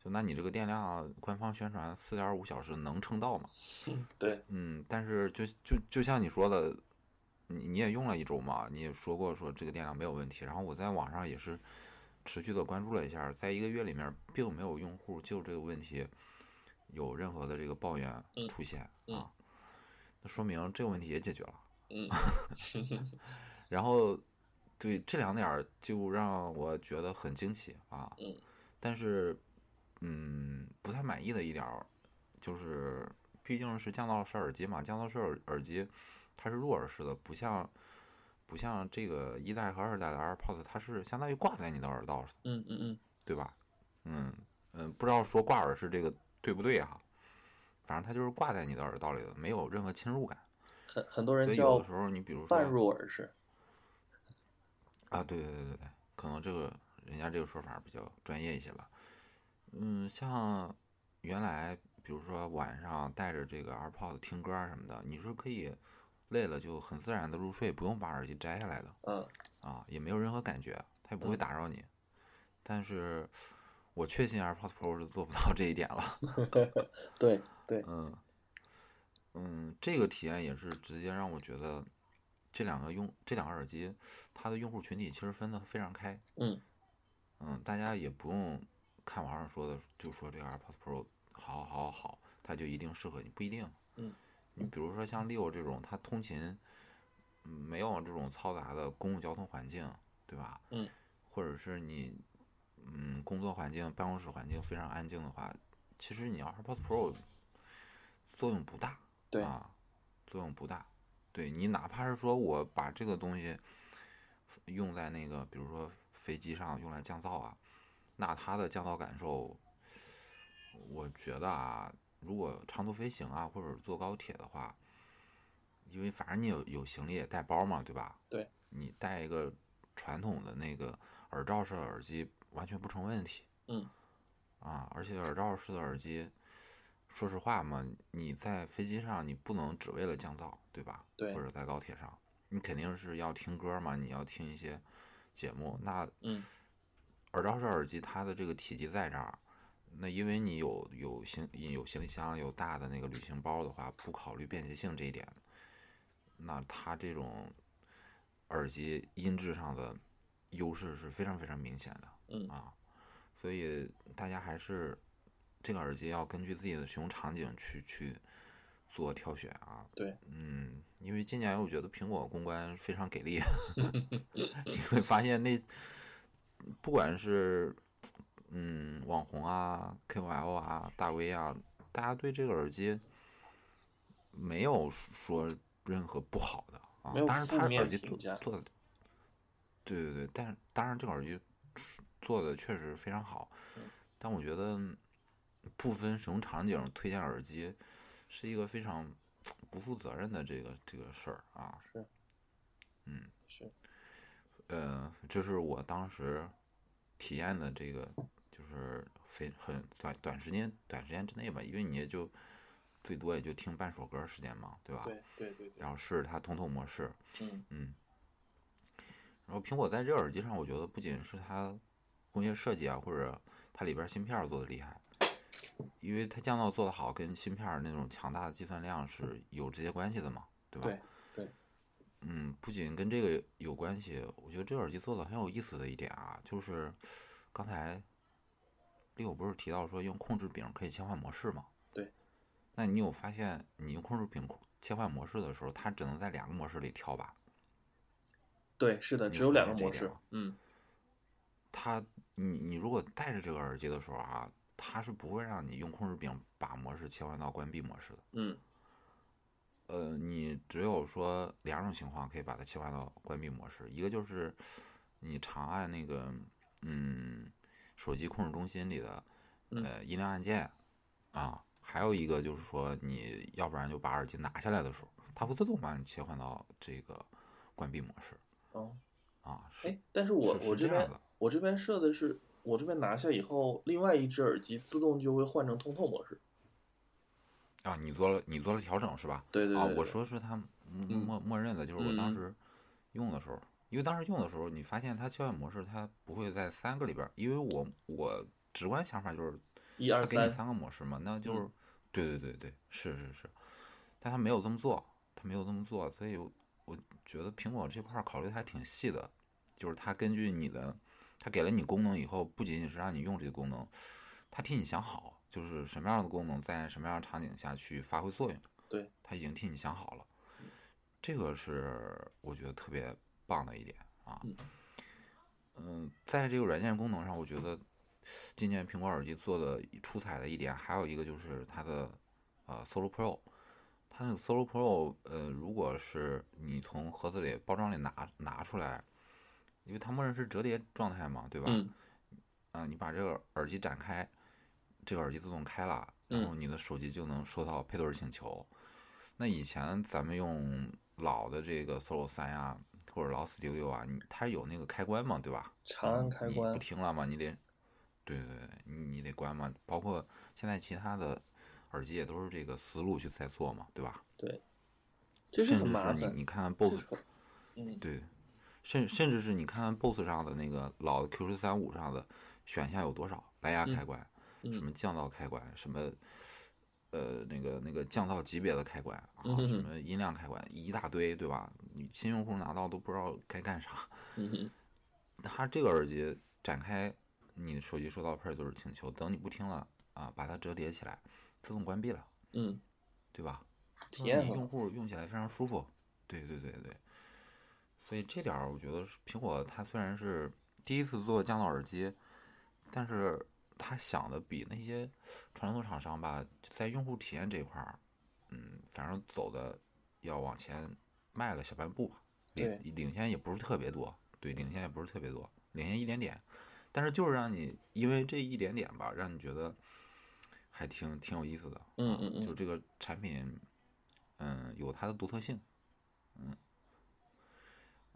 [SPEAKER 1] 就那你这个电量，官方宣传四点五小时能撑到吗？
[SPEAKER 2] 对，
[SPEAKER 1] 嗯，但是就就就像你说的，你你也用了一周嘛，你也说过说这个电量没有问题。然后我在网上也是持续的关注了一下，在一个月里面，并没有用户就这个问题有任何的这个抱怨
[SPEAKER 2] 嗯
[SPEAKER 1] 出现、
[SPEAKER 2] 嗯
[SPEAKER 1] 啊，那说明这个问题也解决了。
[SPEAKER 2] 嗯，
[SPEAKER 1] 然后对这两点儿就让我觉得很惊奇啊。
[SPEAKER 2] 嗯。
[SPEAKER 1] 但是，嗯，不太满意的一点儿就是，毕竟是降噪式耳机嘛，降噪式耳耳机它是入耳式的，不像不像这个一代和二代的 AirPods，它是相当于挂在你的耳道上，
[SPEAKER 2] 嗯嗯嗯，
[SPEAKER 1] 对吧？嗯嗯，不知道说挂耳式这个对不对哈、反正它就是挂在你的耳道里的，没有任何侵入感。
[SPEAKER 2] 很很多
[SPEAKER 1] 所
[SPEAKER 2] 人
[SPEAKER 1] 以有
[SPEAKER 2] 叫
[SPEAKER 1] 的时候你比如说
[SPEAKER 2] 半入耳式，
[SPEAKER 1] 啊，对对对对对，可能这个人家这个说法比较专业一些吧。嗯，像原来比如说晚上带着这个 AirPods 听歌啊什么的，你是可以累了就很自然的入睡，不用把耳机摘下来的
[SPEAKER 2] 嗯
[SPEAKER 1] 啊，也没有任何感觉，它也不会
[SPEAKER 2] 嗯
[SPEAKER 1] 打扰你。但是我确信 AirPods Pro 是做不到这一点了。
[SPEAKER 2] 对对，
[SPEAKER 1] 嗯，嗯，这个体验也是直接让我觉得这两个用这两个耳机，它的用户群体其实分得非常开。
[SPEAKER 2] 嗯
[SPEAKER 1] 嗯，大家也不用看网上说的，就说这个 AirPods Pro 好好好，它就一定适合你，不一定。
[SPEAKER 2] 嗯，
[SPEAKER 1] 你比如说像 Leo 这种，它通勤嗯没有这种嘈杂的公共交通环境，对吧？
[SPEAKER 2] 嗯，
[SPEAKER 1] 或者是你嗯工作环境、办公室环境非常安静的话，其实你 AirPods Pro 作用不大。
[SPEAKER 2] 对，
[SPEAKER 1] 啊，作用不大。对你哪怕是说我把这个东西用在那个，比如说飞机上用来降噪啊，那它的降噪感受，我觉得啊，如果长途飞行啊，或者坐高铁的话，因为反正你有有行李也带包嘛，对吧？
[SPEAKER 2] 对，
[SPEAKER 1] 你带一个传统的那个耳罩式耳机完全不成问题。
[SPEAKER 2] 嗯
[SPEAKER 1] 啊，而且耳罩式的耳机，说实话嘛，你在飞机上你不能只为了降噪，对吧？
[SPEAKER 2] 对
[SPEAKER 1] 或者在高铁上，你肯定是要听歌嘛，你要听一些节目。那
[SPEAKER 2] 嗯
[SPEAKER 1] 耳罩式耳机它的这个体积在这儿，那因为你有有行有行李箱有大的那个旅行包的话，不考虑便携性这一点，那它这种耳机音质上的优势是非常非常明显的。
[SPEAKER 2] 嗯
[SPEAKER 1] 啊，所以大家还是这个耳机要根据自己的使用场景去去做挑选啊。
[SPEAKER 2] 对，
[SPEAKER 1] 嗯，因为今年我觉得苹果公关非常给力， 你会发现那不管是嗯网红啊、KOL 啊、大 V 啊，大家对这个耳机没有说任何不好的啊
[SPEAKER 2] 没有，
[SPEAKER 1] 当然
[SPEAKER 2] 负
[SPEAKER 1] 它
[SPEAKER 2] 面
[SPEAKER 1] 耳机
[SPEAKER 2] 评
[SPEAKER 1] 做
[SPEAKER 2] 价
[SPEAKER 1] 做的，对对对，但是当然这个耳机做的确实非常好，
[SPEAKER 2] 嗯
[SPEAKER 1] 但我觉得不分使用场景推荐耳机是一个非常不负责任的这个这个事儿啊。
[SPEAKER 2] 是，
[SPEAKER 1] 嗯，
[SPEAKER 2] 是，
[SPEAKER 1] 呃，这是我当时体验的这个，就是非很短短时间短时间之内吧，因为你也就最多也就听半首歌时间嘛，对吧？
[SPEAKER 2] 对对对对，
[SPEAKER 1] 然后试试它通透模式，
[SPEAKER 2] 嗯
[SPEAKER 1] 嗯，然后苹果在这耳机上，我觉得不仅是它工业设计啊，或者它里边儿芯片儿做的厉害，因为它降噪做的好，跟芯片儿那种强大的计算量是有直接关系的嘛，对吧？
[SPEAKER 2] 对
[SPEAKER 1] 嗯，不仅跟这个有关系，我觉得这耳机做的很有意思的一点啊，就是刚才六不是提到说用控制柄可以切换模式吗？
[SPEAKER 2] 对。
[SPEAKER 1] 那你有发现，你用控制柄切换模式的时候，它只能在两个模式里跳吧？
[SPEAKER 2] 对是的，
[SPEAKER 1] 你
[SPEAKER 2] 只有
[SPEAKER 1] 发
[SPEAKER 2] 两
[SPEAKER 1] 现
[SPEAKER 2] 个
[SPEAKER 1] 这
[SPEAKER 2] 模
[SPEAKER 1] 一
[SPEAKER 2] 式
[SPEAKER 1] 点吗，
[SPEAKER 2] 嗯
[SPEAKER 1] 它，你你如果戴着这个耳机的时候啊，它是不会让你用控制柄把模式切换到关闭模式的。
[SPEAKER 2] 嗯
[SPEAKER 1] 呃，你只有说两种情况可以把它切换到关闭模式，一个就是你长按那个嗯手机控制中心里的
[SPEAKER 2] 嗯
[SPEAKER 1] 呃音量按键啊，还有一个就是说你要不然就把耳机拿下来的时候，它会自动把你切换到这个关闭模式
[SPEAKER 2] 哦，
[SPEAKER 1] 啊。是
[SPEAKER 2] 哎，但是我
[SPEAKER 1] 是
[SPEAKER 2] 我
[SPEAKER 1] 是这
[SPEAKER 2] 边
[SPEAKER 1] 样的
[SPEAKER 2] 我这边设的是我这边拿下以后，另外一只耳机自动就会换成通透模式。
[SPEAKER 1] 啊，你做了你做了调整是吧？
[SPEAKER 2] 对对对
[SPEAKER 1] 啊，我
[SPEAKER 2] 对
[SPEAKER 1] 说是它默默认的，就是我当
[SPEAKER 2] 嗯
[SPEAKER 1] 时用的时候，因为当时用的时候，你发现它切换模式它不会在三个里边儿，因为我我直观想法就是
[SPEAKER 2] 一二
[SPEAKER 1] 它给你
[SPEAKER 2] 三，
[SPEAKER 1] 三个模式嘛，那就是
[SPEAKER 2] 嗯
[SPEAKER 1] 对对对对，是是是，但它没有这么做，它没有这么做，所以我我觉得苹果这块儿考虑得还挺细的，就是它根据你的，它给了你功能以后，不仅仅是让你用这个功能，它替你想好，就是什么样的功能在什么样的场景下去发挥作用，
[SPEAKER 2] 对，
[SPEAKER 1] 它已经替你想好了，这个是我觉得特别棒的一点啊
[SPEAKER 2] 嗯。
[SPEAKER 1] 嗯，在这个软件功能上，我觉得今年苹果耳机做的出彩的一点，还有一个就是它的呃 Solo Pro，它那个 Solo Pro，呃，如果是你从盒子里包装里拿拿出来，因为它默认是折叠状态嘛，对吧？
[SPEAKER 2] 嗯
[SPEAKER 1] 啊、你把这个耳机展开，这个耳机自动开了，然后你的手机就能收到配对儿请求。那以前咱们用老的这个 Solo 三呀、或者老 Studio 啊，你它有那个开关嘛，对吧？
[SPEAKER 2] 长按开
[SPEAKER 1] 嗯你
[SPEAKER 2] 关
[SPEAKER 1] 不，听了嘛，你得，对对对，你你得关嘛。包括现在其他的耳机也都是这个思路去在做嘛，对吧？
[SPEAKER 2] 这是
[SPEAKER 1] 甚
[SPEAKER 2] 很
[SPEAKER 1] 至是
[SPEAKER 2] 麻
[SPEAKER 1] 你
[SPEAKER 2] 烦。
[SPEAKER 1] 你看
[SPEAKER 2] 这
[SPEAKER 1] BOSS
[SPEAKER 2] 是很嗯，
[SPEAKER 1] 对，甚甚至是你看 BOSS 上的那个老的 Q 1三五上的选项有多少，蓝牙开关，
[SPEAKER 2] 嗯
[SPEAKER 1] 什么降噪开关，什么呃那个那个降噪级别的开关啊，
[SPEAKER 2] 嗯哼
[SPEAKER 1] 什
[SPEAKER 2] 哼
[SPEAKER 1] 么音量开关，一大堆，对吧？你新用户拿到都不知道该干啥。
[SPEAKER 2] 嗯哼
[SPEAKER 1] 它这个耳机展开，你手机收到配对请求，等你不听了啊，把它折叠起来，自动关闭了，
[SPEAKER 2] 嗯，啊
[SPEAKER 1] 对吧？
[SPEAKER 2] 体
[SPEAKER 1] 让
[SPEAKER 2] 验
[SPEAKER 1] 你
[SPEAKER 2] 很
[SPEAKER 1] 用
[SPEAKER 2] 好。
[SPEAKER 1] 户用起来非常舒服。对对对对，所以这点儿我觉得是苹果它虽然是第一次做降噪耳机，但是它想的比那些传统厂商吧，在用户体验这一块儿，嗯，反正走的要往前迈了小半步吧，领领先也不是特别多，对，领先也不是特别多，领先一点点，但是就是让你因为这一点点吧，让你觉得还挺挺有意思的，
[SPEAKER 2] 嗯
[SPEAKER 1] 啊
[SPEAKER 2] 嗯嗯
[SPEAKER 1] 就这个产品，嗯，有它的独特性，嗯，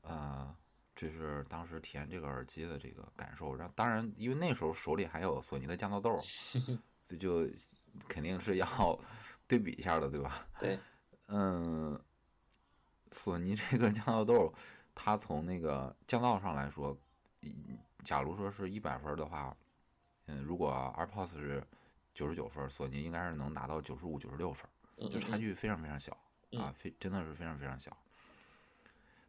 [SPEAKER 1] 呃，这是当时体验这个耳机的这个感受。然后当然，因为那时候手里还有索尼的降噪豆 儿，所以就肯定是要 对比一下的，对吧？
[SPEAKER 2] 对，
[SPEAKER 1] 嗯，索尼这个降噪豆儿，它从那个降噪上来说，嗯假如说是一百分儿的话，嗯，如果 AirPods 是九十九分儿，索尼应该是能达到九十五、九十六分儿，
[SPEAKER 2] 嗯
[SPEAKER 1] 就差距非常非常小
[SPEAKER 2] 嗯
[SPEAKER 1] 啊，非真的是非常非常小。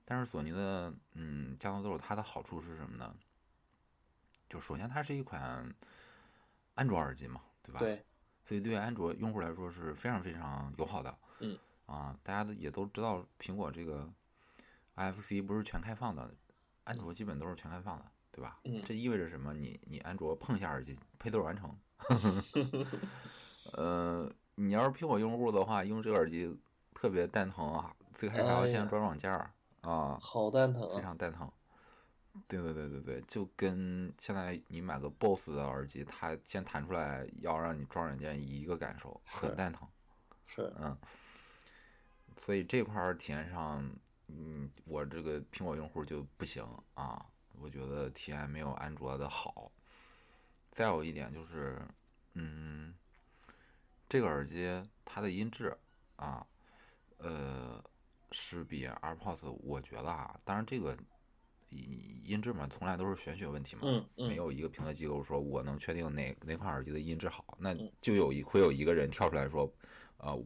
[SPEAKER 1] 但是索尼的嗯降噪豆儿它的好处是什么呢？就首先它是一款安卓耳机嘛，对吧？
[SPEAKER 2] 对，
[SPEAKER 1] 所以对于安卓用户来说是非常非常友好的。
[SPEAKER 2] 嗯，
[SPEAKER 1] 啊，大家都也都知道，苹果这个 IFC 不是全开放的，安卓基本都是全开放的，对吧？
[SPEAKER 2] 嗯
[SPEAKER 1] 这意味着什么？你你安卓碰一下耳机配对完 成。呃，你要是苹果用户的话，用这个耳机特别蛋疼啊，最开始还要
[SPEAKER 2] 哎
[SPEAKER 1] 先
[SPEAKER 2] 呀
[SPEAKER 1] 装软件儿啊，
[SPEAKER 2] 好蛋疼
[SPEAKER 1] 非
[SPEAKER 2] 啊！
[SPEAKER 1] 常蛋疼。对对对对对，就跟现在你买个 BOSS 的耳机，它先弹出来要让你装软件一个感受，很
[SPEAKER 2] 是
[SPEAKER 1] 蛋疼。
[SPEAKER 2] 是，
[SPEAKER 1] 嗯，所以这块儿体验上，嗯，我这个苹果用户就不行啊，我觉得体验没有安卓的好。再有一点就是，嗯，这个耳机它的音质啊，呃，是比 AirPods 我觉得啊，当然这个音音质嘛，从来都是玄学问题嘛，
[SPEAKER 2] 嗯
[SPEAKER 1] 没
[SPEAKER 2] 嗯，
[SPEAKER 1] 有一个评测机构说我能确定哪哪款耳机的音质好，那
[SPEAKER 2] 嗯
[SPEAKER 1] 就有一会有一个人跳出来说，呃，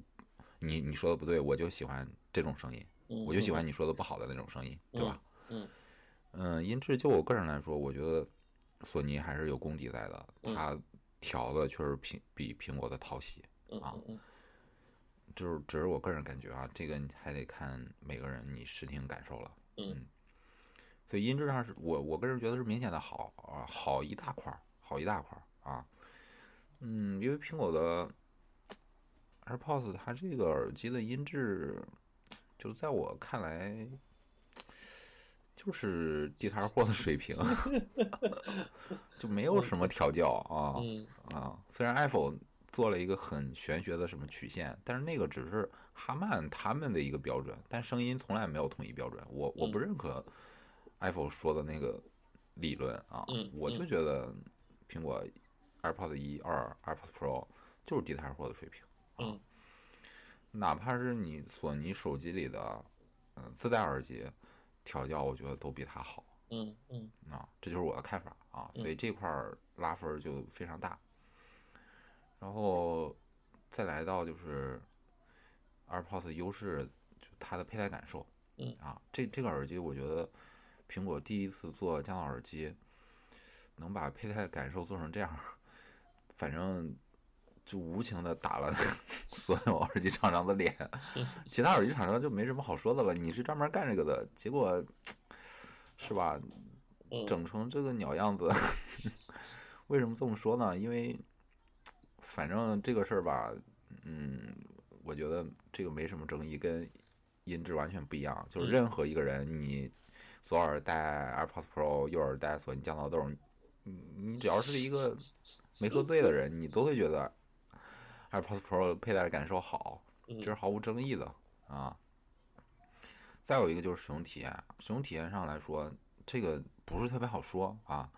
[SPEAKER 1] 你你说的不对，我就喜欢这种声音，我就喜
[SPEAKER 2] 欢。
[SPEAKER 1] 欢你说的不好的那种声音，对吧？
[SPEAKER 2] 嗯
[SPEAKER 1] 嗯，音质就我个人来说，我觉得索尼还是有功底在的，
[SPEAKER 2] 嗯
[SPEAKER 1] 它调的确实苹比苹果的讨喜，
[SPEAKER 2] 嗯嗯嗯，
[SPEAKER 1] 就是只是我个人感觉啊，这个你还得看每个人你视听感受了，
[SPEAKER 2] 嗯
[SPEAKER 1] 所以音质上是我我个人觉得是明显的好啊，好一大块儿，好一大块儿啊。嗯，因为苹果的 AirPods 它这个耳机的音质，就是在我看来，就是地摊儿货的水 平，就没有什么调教啊。
[SPEAKER 2] 嗯
[SPEAKER 1] 啊，虽然 iPhone 做了一个很玄学的什么曲线，但是那个只是哈曼他们的一个标准，但声音从来没有统一标准。我我不
[SPEAKER 2] 嗯
[SPEAKER 1] 认可 iPhone 说的那个理论啊，
[SPEAKER 2] 嗯
[SPEAKER 1] 我就
[SPEAKER 2] 嗯
[SPEAKER 1] 觉得苹果 AirPods 一、二、AirPods Pro 就是低抬货的水平。啊
[SPEAKER 2] 嗯，
[SPEAKER 1] 哪怕是你索尼手机里的嗯、自带耳机调教，我觉得都比它好
[SPEAKER 2] 嗯嗯
[SPEAKER 1] 啊，这就是我的看法啊。所以这块儿拉分儿就非常大。然后再来到就是 AirPods 的优势，就它的佩戴感受。
[SPEAKER 2] 嗯
[SPEAKER 1] 啊，这这个耳机我觉得苹果第一次做降噪耳机，能把佩戴感受做成这样，反正就无情的打了 所有耳机厂商的脸，其他耳机厂商就没什么好说的了。你是专门干这个的，结果是吧？
[SPEAKER 2] 嗯，
[SPEAKER 1] 整成这个鸟样子。 为什么这么说呢？因为反正这个事儿吧，嗯，我觉得这个没什么争议，跟音质完全不一样。就是
[SPEAKER 2] 嗯
[SPEAKER 1] 任何一个人，你左耳戴 AirPods Pro，右耳戴索尼降噪豆，你你只要是一个没喝醉的人，你都会觉得 AirPods Pro 佩戴的感受好。这是
[SPEAKER 2] 嗯
[SPEAKER 1] 毫无争议的啊。再有一个就是使用体验，使用体验上来说，这个不是特别好说啊。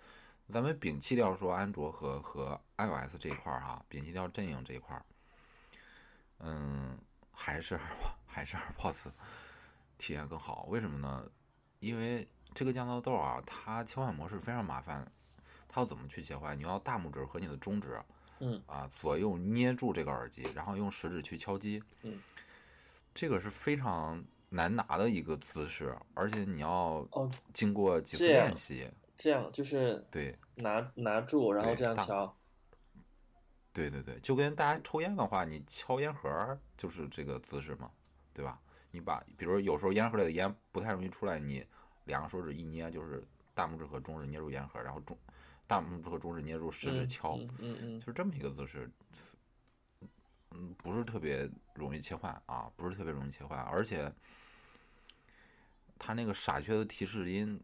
[SPEAKER 1] 咱们摒弃掉说安卓和和 iOS 这一块儿、哈，摒弃掉阵营这一块儿，嗯，还是 还是 AirPods 体验更好。为什么呢？因为这个降噪豆啊，它切换模式非常麻烦，它要怎么去切换？你要大拇指和你的中指，
[SPEAKER 2] 嗯
[SPEAKER 1] 啊，左右捏住这个耳机，然后用食指去敲击，
[SPEAKER 2] 嗯，
[SPEAKER 1] 这个是非常难拿的一个姿势，而且你要
[SPEAKER 2] 哦，
[SPEAKER 1] 经过几次
[SPEAKER 2] 这样
[SPEAKER 1] 练习，
[SPEAKER 2] 这样就是
[SPEAKER 1] 对。
[SPEAKER 2] 拿拿住，然后
[SPEAKER 1] 对
[SPEAKER 2] 这样
[SPEAKER 1] 大
[SPEAKER 2] 敲。
[SPEAKER 1] 对对对，就跟大家抽烟的话，你敲烟盒儿就是这个姿势嘛，对吧？你把，比如有时候烟盒里的烟不太容易出来，你两个手指一捏，就是大拇指和中指捏住烟盒，然后中大拇指和中指捏住食指
[SPEAKER 2] 嗯
[SPEAKER 1] 敲，
[SPEAKER 2] 嗯嗯嗯
[SPEAKER 1] 就这么一个姿势，嗯，不是特别容易切换啊，不是特别容易切换，而且它那个傻缺的提示音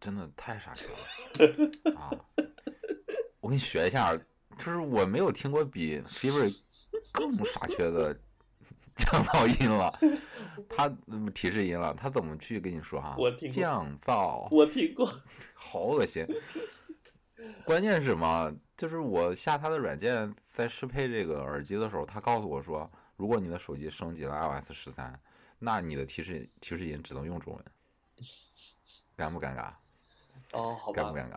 [SPEAKER 1] 真的太傻缺了啊！我给你学一下，就是我没有听过比 Siri 更傻缺的降噪音了，它嗯提示音了，它怎么去跟你说哈、
[SPEAKER 2] 我听过
[SPEAKER 1] 降噪，
[SPEAKER 2] 我听 过。
[SPEAKER 1] 好恶心。 关键是什么？就是我下它的软件在适配这个耳机的时候，它告诉我说，如果你的手机升级了 iOS 十三，那你的提示提示音只能用中文。尴不尴尬？
[SPEAKER 2] 哦，好
[SPEAKER 1] 尴
[SPEAKER 2] 吧
[SPEAKER 1] 不。尴嗯尬？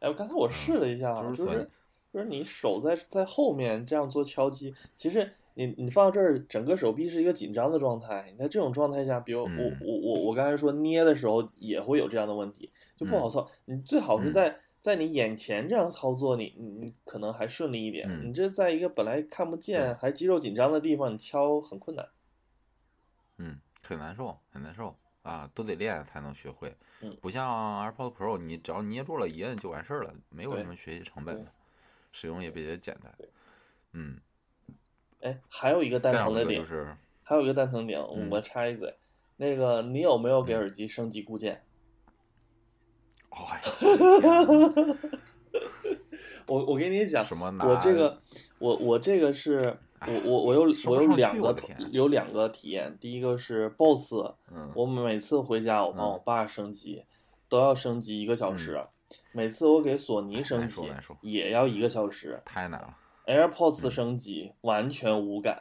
[SPEAKER 2] 哎，我刚才我试了一下，啊
[SPEAKER 1] 就是
[SPEAKER 2] 就
[SPEAKER 1] 索尼
[SPEAKER 2] 是就是你手在在后面这样做敲击，其实你你放到这儿，整个手臂是一个紧张的状态。你在这种状态下，比如我、
[SPEAKER 1] 嗯
[SPEAKER 2] 我我我刚才说捏的时候也会有这样的问题，就
[SPEAKER 1] 嗯
[SPEAKER 2] 不好操。你最好是在、在你眼前这样操作，你你你可能还顺利一点。
[SPEAKER 1] 嗯
[SPEAKER 2] 你这在一个本来看不见
[SPEAKER 1] 对
[SPEAKER 2] 还肌肉紧张的地方，你敲很困难。
[SPEAKER 1] 嗯，很难受，很难受啊，都得练才能学会。
[SPEAKER 2] 嗯
[SPEAKER 1] 不像 AirPods Pro，你只要捏住了一摁就完事儿了，没有
[SPEAKER 2] 对
[SPEAKER 1] 什么学习成本
[SPEAKER 2] 对
[SPEAKER 1] 的，使用也比较简单
[SPEAKER 2] 对。
[SPEAKER 1] 嗯，
[SPEAKER 2] 哎，还有一个蛋
[SPEAKER 1] 再
[SPEAKER 2] 疼
[SPEAKER 1] 有
[SPEAKER 2] 的
[SPEAKER 1] 一个
[SPEAKER 2] 点
[SPEAKER 1] 就，是，
[SPEAKER 2] 还有一个蛋疼点，我
[SPEAKER 1] 嗯
[SPEAKER 2] 我插一嘴，那个你有没有给
[SPEAKER 1] 嗯
[SPEAKER 2] 耳机升级固件？
[SPEAKER 1] 哦 哎呀天
[SPEAKER 2] 我我给你讲
[SPEAKER 1] 哪，什么拿哎
[SPEAKER 2] 我这个，我我这个是我我我有
[SPEAKER 1] 说不
[SPEAKER 2] 我有
[SPEAKER 1] 上去
[SPEAKER 2] 两
[SPEAKER 1] 我
[SPEAKER 2] 个
[SPEAKER 1] 的
[SPEAKER 2] 体
[SPEAKER 1] 天
[SPEAKER 2] 有两个体验，第一个是 BOSS，
[SPEAKER 1] 嗯，
[SPEAKER 2] 我每次回家我帮我爸升级，都要升级一个小时，每次我给索尼
[SPEAKER 1] 嗯
[SPEAKER 2] 升
[SPEAKER 1] 难受
[SPEAKER 2] 级
[SPEAKER 1] 难受嗯
[SPEAKER 2] 也要一个小时
[SPEAKER 1] 太难了。
[SPEAKER 2] ，AirPods 升级完全无感，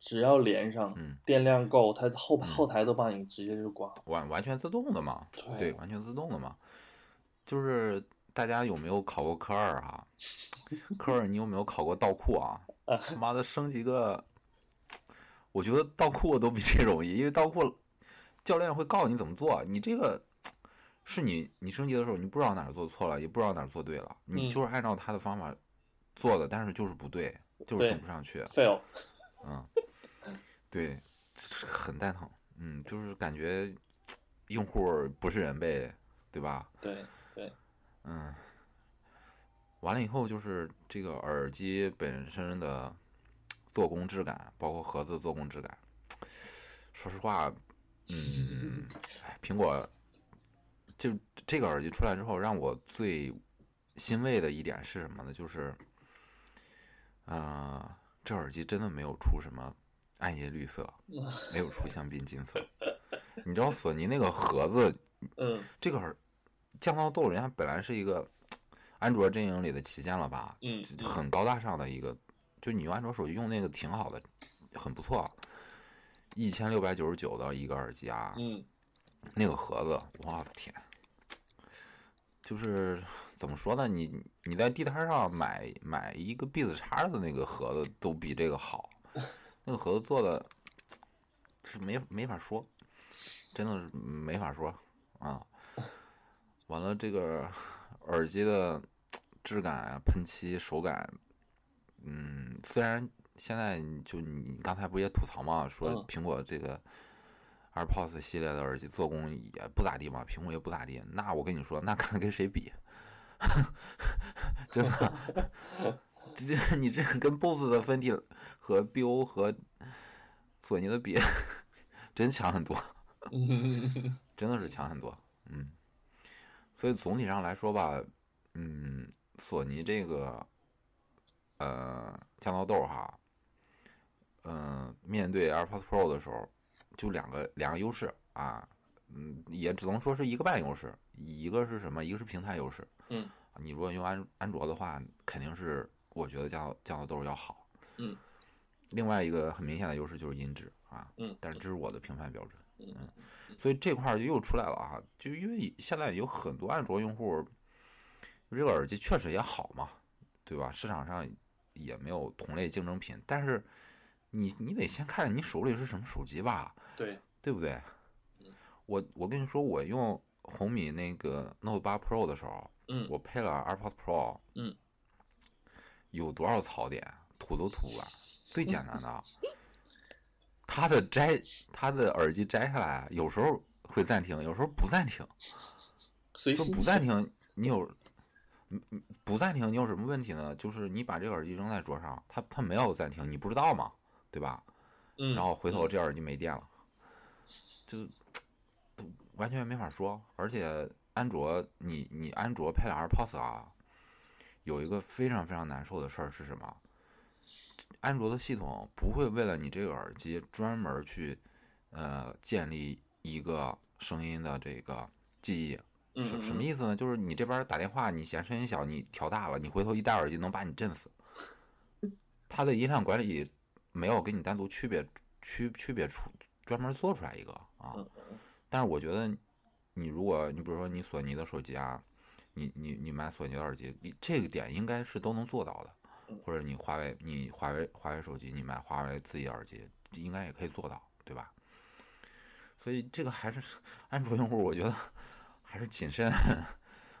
[SPEAKER 2] 只要连上
[SPEAKER 1] 嗯
[SPEAKER 2] 电量够，它后后台都帮你直接就挂好。
[SPEAKER 1] 完完全自动的嘛，
[SPEAKER 2] 对
[SPEAKER 1] 对，完全自动的嘛。就是大家有没有考过科二啊？科二你有没有考过倒库 啊？
[SPEAKER 2] 嗯
[SPEAKER 1] 他妈的升级个，我觉得倒库都比这容易，因为倒库教练会告诉你怎么做，你这个是你你升级的时候你不知道哪儿做错了，也不知道哪儿做对了，你
[SPEAKER 2] 嗯
[SPEAKER 1] 就是按照他的方法做的，但是就是不对，就是
[SPEAKER 2] 对
[SPEAKER 1] 升不上去。
[SPEAKER 2] fail，
[SPEAKER 1] 嗯，对，这很蛋疼。嗯，就是感觉用户儿不是人呗，对吧？
[SPEAKER 2] 对，
[SPEAKER 1] 嗯，完了以后就是这个耳机本身的做工质感，包括盒子做工质感。说实话，嗯，哎，苹果就这个耳机出来之后，让我最欣慰的一点是什么呢？就是，呃，这耳机真的没有出什么暗夜绿色，没有出香槟金色。 你知道索尼那个盒子
[SPEAKER 2] 嗯
[SPEAKER 1] 这个耳降噪豆人家本来是一个安卓阵营里的旗舰了吧？
[SPEAKER 2] 嗯
[SPEAKER 1] 就
[SPEAKER 2] 嗯
[SPEAKER 1] 很高大上的一个，就你用安卓手机用那个挺好的，很不错。一千六百九十九的一个耳机啊，
[SPEAKER 2] 嗯，
[SPEAKER 1] 那个盒子，我的天，就是怎么说呢？你你在地摊上买买一个 B 字叉的那个盒子都比这个好，那个盒子做的是没没法说，真的是没法说啊。完了，这个耳机的质感啊、喷漆手感，嗯，虽然现在你就你刚才不也吐槽嘛，说
[SPEAKER 2] 嗯
[SPEAKER 1] 苹果这个 AirPods 系列的耳机做工也不咋地嘛，屏幕也不咋地。那我跟你说，那看跟谁比， 真的，这这你这跟 BOSS 的分体和 BO 和索尼的比，真强很多。
[SPEAKER 2] 嗯
[SPEAKER 1] 真的是强很多，嗯。所以总体上来说吧，嗯，索尼这个，呃，降噪豆哈，嗯、面对 AirPods Pro 的时候，就两个两个优势啊，嗯，也只能说是一个半优势，一个是什么？一个是平台优势，啊
[SPEAKER 2] 嗯，
[SPEAKER 1] 你如果用安安卓的话，肯定是我觉得降噪降噪豆要好，
[SPEAKER 2] 嗯。
[SPEAKER 1] 另外一个很明显的优势就是音质啊，
[SPEAKER 2] 嗯
[SPEAKER 1] 但是这是我的评判标准。
[SPEAKER 2] 嗯
[SPEAKER 1] 嗯，所以这块儿就又出来了啊，就因为现在有很多安卓用户，这个耳机确实也好嘛，对吧？市场上也没有同类竞争品，但是你你得先看你手里是什么手机吧，
[SPEAKER 2] 对，
[SPEAKER 1] 对不对
[SPEAKER 2] 嗯？
[SPEAKER 1] 我我跟你说，我用红米那个 Note 8 Pro 的时候，
[SPEAKER 2] 嗯
[SPEAKER 1] 我配了 AirPods Pro，
[SPEAKER 2] 嗯，
[SPEAKER 1] 有多少槽点吐都吐不完，最简单 的，它的摘它的耳机摘下来，啊有时候会暂停，有时候不暂 停，
[SPEAKER 2] 随
[SPEAKER 1] 说
[SPEAKER 2] 心
[SPEAKER 1] 不暂停，你有。嗯嗯不暂停，你有什么问题呢？就是你把这个耳机扔在桌上，它它没有暂停，你不知道嘛，对吧？
[SPEAKER 2] 嗯，
[SPEAKER 1] 然后回头这耳机没电了，就都完全没法说。而且安卓，你你安卓配了 AirPods 啊，有一个非常非常难受的事儿是什么？安卓的系统不会为了你这个耳机专门去呃建立一个声音的这个记忆，
[SPEAKER 2] 嗯
[SPEAKER 1] 什什么
[SPEAKER 2] 嗯
[SPEAKER 1] 意思呢？就是你这边打电话，你嫌声音小，你调大了，你回头一戴耳机能把你震死。它的音量管理没有给你单独区别区区别出专门做出来一个啊
[SPEAKER 2] 嗯。
[SPEAKER 1] 但是我觉得你如果你比如说你索尼的手机啊，你你你买索尼的耳机，你这个点应该是都能做到的
[SPEAKER 2] 嗯，
[SPEAKER 1] 或者你华为你华为华为手机，你买华为自己耳机，应该也可以做到，对吧？所以这个还是 安卓用户，我觉得还是谨慎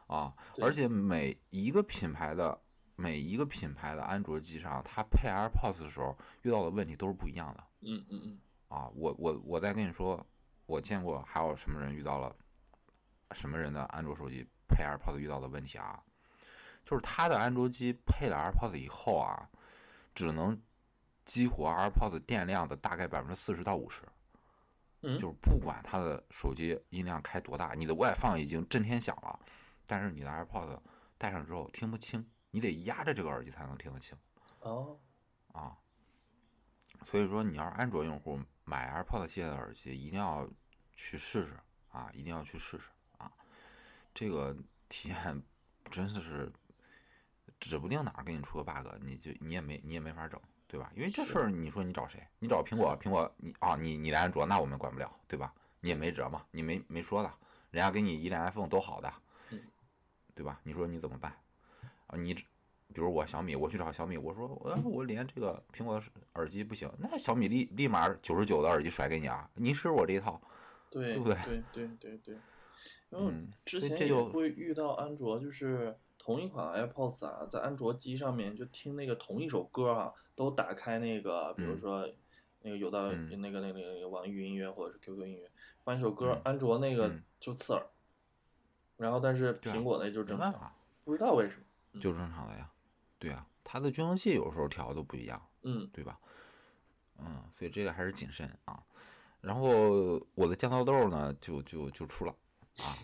[SPEAKER 1] 啊。
[SPEAKER 2] 对
[SPEAKER 1] 而且每一个品牌的每一个品牌的安卓机上，它配 AirPods 的时候遇到的问题都是不一样的。
[SPEAKER 2] 嗯嗯嗯
[SPEAKER 1] 啊，我我我再跟你说，我见过还有什么人遇到了什么人的安卓手机配 AirPods 遇到的问题啊，就是他的安卓机配了 AirPods 以后啊，只能激活 AirPods 电量的大概百分之四十到五十。
[SPEAKER 2] 嗯
[SPEAKER 1] 就是不管他的手机音量开多大，你的外放已经震天响了，但是你的 AirPods 戴上之后听不清，你得压着这个耳机才能听得清。
[SPEAKER 2] 哦
[SPEAKER 1] 啊。所以说，你要是安卓用户买 AirPods 系列的耳机，一定要去试试啊，一定要去试试啊，这个体验 真的是指不定哪儿给你出个 bug，你就你也没你也没法整，对吧？因为这事儿你说你找谁？你找苹果，苹果你啊你你来安卓，那我们管不了，对吧？你也没辙嘛，你没没说的，人家给你一辆 iPhone 都好的
[SPEAKER 2] 嗯，
[SPEAKER 1] 对吧？你说你怎么办？啊，你比如我小米，我去找小米，我说我我连这个苹果耳机不行，那小米立立马九十九的耳机甩给你啊，你试我这一套，
[SPEAKER 2] 对
[SPEAKER 1] 对不对
[SPEAKER 2] 对对对对，因为我
[SPEAKER 1] 嗯，
[SPEAKER 2] 之
[SPEAKER 1] 所以
[SPEAKER 2] 前
[SPEAKER 1] 这
[SPEAKER 2] 也
[SPEAKER 1] 就
[SPEAKER 2] 会遇到安卓，就是同一款 AirPods 啊，在安卓机上面就听那个同一首歌啊，都打开那个，比如
[SPEAKER 1] 嗯
[SPEAKER 2] 说那个有的
[SPEAKER 1] 嗯
[SPEAKER 2] 那个那个那个那个网易云音乐或者是 QQ 音乐，放一首歌
[SPEAKER 1] 嗯，
[SPEAKER 2] 安卓那个
[SPEAKER 1] 嗯
[SPEAKER 2] 就刺耳，然后但是
[SPEAKER 1] 对啊
[SPEAKER 2] 苹果那就
[SPEAKER 1] 没
[SPEAKER 2] 正
[SPEAKER 1] 办
[SPEAKER 2] 常，嗯
[SPEAKER 1] 法，
[SPEAKER 2] 不知道为什么。
[SPEAKER 1] 就是正常的呀，对呀、它的均衡器有时候调的都不一样，
[SPEAKER 2] 嗯
[SPEAKER 1] 对吧？嗯，所以这个还是谨慎啊。然后我的降噪豆呢，就就就出了啊，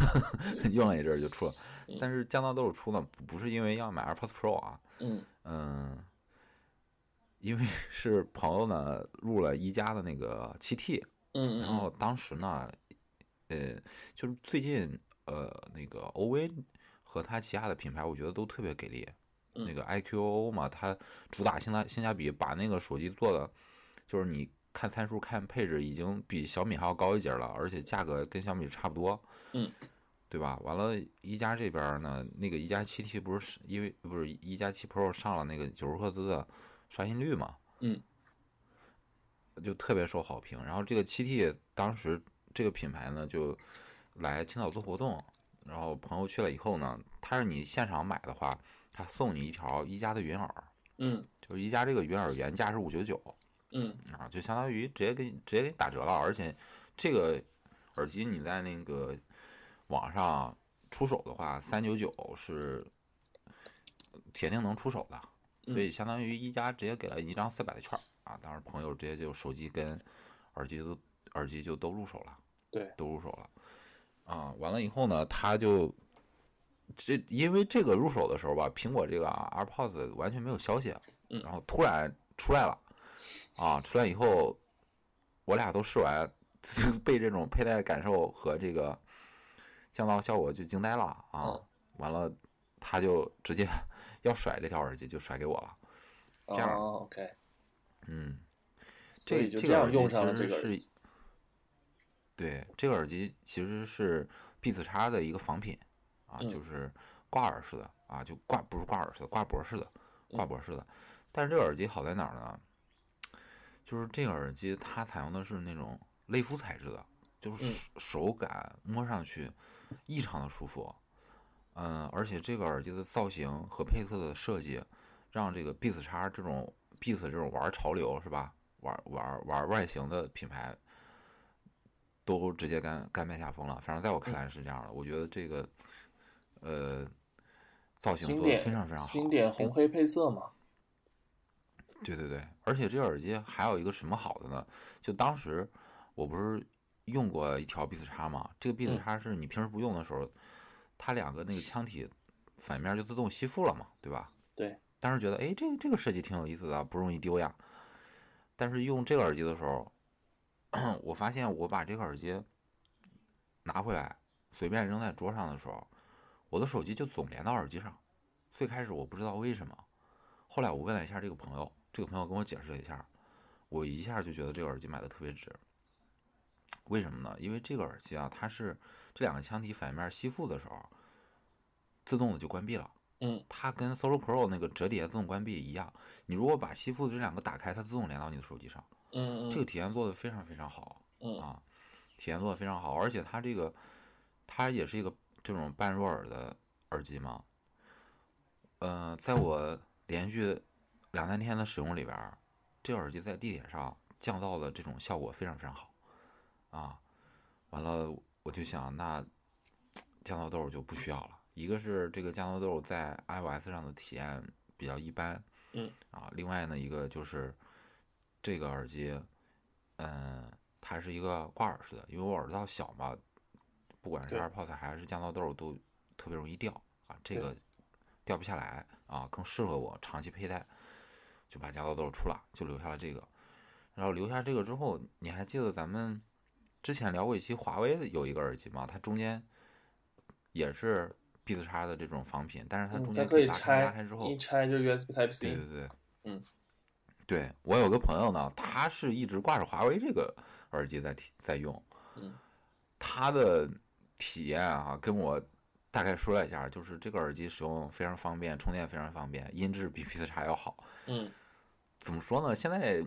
[SPEAKER 1] 用了一阵儿就出了，但是降噪豆出呢，不不是因为要买 AirPods Pro 啊，
[SPEAKER 2] 嗯
[SPEAKER 1] 嗯，因为 是朋友呢入了一加的那个七 T，
[SPEAKER 2] 嗯
[SPEAKER 1] 然后当时呢，呃，就是最近呃那个 OV 和它旗下的品牌，我觉得都特别给力。
[SPEAKER 2] 嗯
[SPEAKER 1] 那个 IQOO 嘛，它主打性价性价比，把那个手机做的，就是你看参数、看配置，已经比小米还要高一截了，而且价格跟小米差不多。
[SPEAKER 2] 嗯，
[SPEAKER 1] 对吧？完了，一加这边呢，那个一加七 T 不是因为不是一加七 Pro 上了那个九十赫兹的刷新率嘛？
[SPEAKER 2] 嗯，
[SPEAKER 1] 就特别受好评。然后这个七 T 当时这个品牌呢，就来青岛做活动，然后朋友去了以后呢，他是你现场买的话，他送你一条一加的云耳，
[SPEAKER 2] 嗯
[SPEAKER 1] 就是一加这个云耳原价是五九九
[SPEAKER 2] 嗯
[SPEAKER 1] 啊，就相当于直接给你直接给你打折了，而且这个耳机你在那个网上出手的话，三九九是呃铁定能出手的，
[SPEAKER 2] 嗯
[SPEAKER 1] 所以相当于一加直接给了你一张四百的券儿啊，当时朋友直接就手机跟耳机都耳机就都入手了，
[SPEAKER 2] 对
[SPEAKER 1] 都入手了啊，完了以后呢，他就。这因为这个入手的时候吧，苹果这个啊 AirPods 完全没有消息，
[SPEAKER 2] 嗯
[SPEAKER 1] 然后突然出来了，啊，出来以后，我俩都试完， 被这种佩戴感受和这个降噪效果就惊呆了啊！
[SPEAKER 2] 嗯
[SPEAKER 1] 完了，他就直接要甩这条耳机，就甩给我了。这样
[SPEAKER 2] 哦，OK，
[SPEAKER 1] 嗯，
[SPEAKER 2] 所以
[SPEAKER 1] 这这
[SPEAKER 2] 就这
[SPEAKER 1] 个
[SPEAKER 2] 样
[SPEAKER 1] 耳
[SPEAKER 2] 用
[SPEAKER 1] 机
[SPEAKER 2] 上了
[SPEAKER 1] 其
[SPEAKER 2] 这
[SPEAKER 1] 实
[SPEAKER 2] 个耳
[SPEAKER 1] 是
[SPEAKER 2] 机，
[SPEAKER 1] 对这个耳机其实是 Beats 叉的一个仿品啊，
[SPEAKER 2] 嗯
[SPEAKER 1] 就是挂耳式的啊，就挂不是挂耳式的，挂脖式的，挂
[SPEAKER 2] 嗯
[SPEAKER 1] 脖式的。但是这个耳机好在哪儿呢？就是这个耳机它采用的是那种类肤材质的，就是
[SPEAKER 2] 嗯
[SPEAKER 1] 手手感摸上去异常的舒服。嗯，而且这个耳机的造型和配色的设计，让这个 Beats 叉这种 Beats 这种玩潮流是吧？玩玩玩外形的品牌，都直接甘甘拜下风了。反正在我看
[SPEAKER 2] 嗯
[SPEAKER 1] 来是这样的，我觉得这个呃造型
[SPEAKER 2] 经
[SPEAKER 1] 做的
[SPEAKER 2] 典
[SPEAKER 1] 非常非常好，
[SPEAKER 2] 经典红黑配色嘛，
[SPEAKER 1] 对对对，而且这耳机还有一个什么好的呢？就当时我不是用过一条 B 四叉嘛，这个 B 四
[SPEAKER 2] 嗯
[SPEAKER 1] 叉是你平时不用的时候，它两个那个腔体反面就自动吸附了嘛，对吧？
[SPEAKER 2] 对。
[SPEAKER 1] 当时觉得，哎，这个这个设计挺有意思的，啊不容易丢呀。但是用这个耳机的时候， 我发现我把这个耳机拿回来，随便扔在桌上的时候，我的手机就总连到耳机上。最开始我不知道为什么，后来我问了一下这个朋友，这个朋友跟我解释了一下，我一下就觉得这个耳机买的特别值。为什么呢？因为这个耳机啊，它是这两个腔体反面吸附的时候，自动的就关闭了。
[SPEAKER 2] 嗯，
[SPEAKER 1] 它跟 Solo Pro 那个折叠自动关闭一样，你如果把吸附的这两个打开，它自动连到你的手机上，
[SPEAKER 2] 嗯嗯
[SPEAKER 1] 这个体验做的非常非常好。
[SPEAKER 2] 嗯
[SPEAKER 1] 啊，体验做的非常好，而且它这个它也是一个这种半入耳的耳机嘛。呃，在我连续两三天的使用里边儿，这耳机在地铁上降噪的这种效果非常非常好啊。完了，我就想，那降噪豆儿就不需要了。一个是这个降噪豆儿在 iOS 上的体验比较一般，
[SPEAKER 2] 嗯
[SPEAKER 1] 啊，另外呢一个就是这个耳机，嗯、它是一个挂耳式的，因为我耳道小嘛，不管是
[SPEAKER 2] 对
[SPEAKER 1] AirPods 还是降噪豆儿都特别容易掉啊，这
[SPEAKER 2] 对
[SPEAKER 1] 个掉不下来啊，更适合我长期佩戴，就把降噪豆儿出了，就留下了这个。然后留下这个之后，你还记得咱们之前聊过一期华为的有一个耳机吗？它中间也是 B 字叉的这种仿品，但是它
[SPEAKER 2] 嗯
[SPEAKER 1] 中
[SPEAKER 2] 它
[SPEAKER 1] 间
[SPEAKER 2] 可以
[SPEAKER 1] 拉开，拉
[SPEAKER 2] 拆
[SPEAKER 1] 开之后，
[SPEAKER 2] 一拆就是 USB Type
[SPEAKER 1] 对
[SPEAKER 2] C，
[SPEAKER 1] 对对，
[SPEAKER 2] 嗯，
[SPEAKER 1] 对我有个朋友呢，他是一直挂着华为这个耳机在体在用，
[SPEAKER 2] 嗯，
[SPEAKER 1] 他的体验啊，跟我大概说了一下，就是这个耳机使用非常方便，充电非常方便，音质比 B 字叉要好，
[SPEAKER 2] 嗯
[SPEAKER 1] 怎么说呢？现在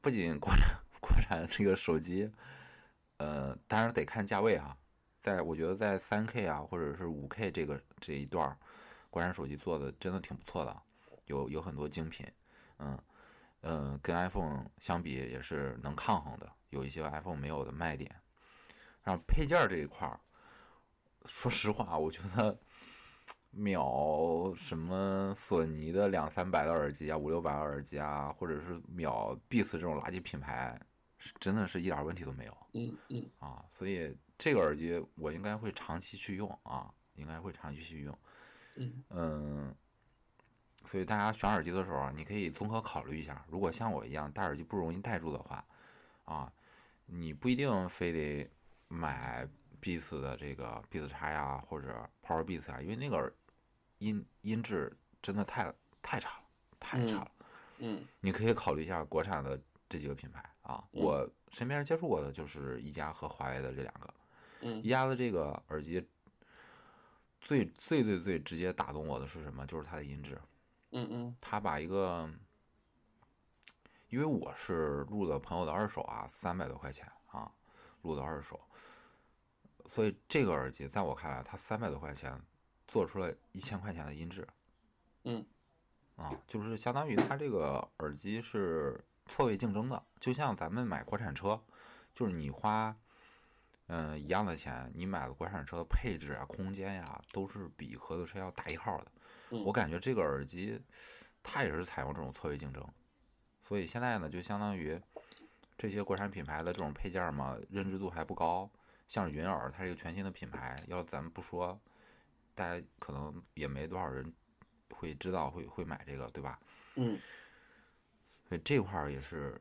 [SPEAKER 1] 不仅国产 国产这个手机，呃，当然得看价位啊。在我觉得在三 K 啊，或者是五 K 这个这一段儿，国产手机做的真的挺不错的，有有很多精品，嗯呃，跟 iPhone 相比也是能抗衡的，有一些 iPhone 没有的卖点。然后配件儿这一块儿，说实话，我觉得秒什么索尼的两三百的耳机啊，五六百的耳机啊，或者是秒 Beats 这种垃圾品牌，是真的是一点儿问题都没有
[SPEAKER 2] 嗯嗯
[SPEAKER 1] 啊。所以这个耳机我应该会长期去用啊，应该会长期去用。
[SPEAKER 2] 嗯
[SPEAKER 1] 嗯，所以大家选耳机的时候啊，你可以综合考虑一下。如果像我一样戴耳机不容易戴住的话，啊，你不一定非得买 Beats 的这个 Beats 叉呀，或者 Power Beats 啊，因为那个音音质真的太太差了，太差了。
[SPEAKER 2] 嗯
[SPEAKER 1] 你可以考虑一下国产的这几个品牌啊。
[SPEAKER 2] 嗯
[SPEAKER 1] 我身边接触过的就是一加和华为的这两个。
[SPEAKER 2] 嗯
[SPEAKER 1] 一加的这个耳机最最最最直接打动我的是什么？就是它的音质，
[SPEAKER 2] 嗯嗯
[SPEAKER 1] 它把一个，因为我是录的朋友的二手啊，三百多块钱啊，录的二手，所以这个耳机在我看来，它三百多块钱做出了一千块钱的音质，
[SPEAKER 2] 嗯，
[SPEAKER 1] 啊，就是相当于它这个耳机是错位竞争的，就像咱们买国产车，就是你花。嗯，一样的钱，你买的国产车的配置啊、空间呀、都是比合资车要大一号的。
[SPEAKER 2] 嗯
[SPEAKER 1] 我感觉这个耳机它也是采用这种错位竞争，所以现在呢，就相当于这些国产品牌的这种配件儿嘛，认知度还不高。像是云耳，它是一个全新的品牌，要咱们不说，大家可能也没多少人会知道会会买这个，对吧？
[SPEAKER 2] 嗯
[SPEAKER 1] 所以这块儿也是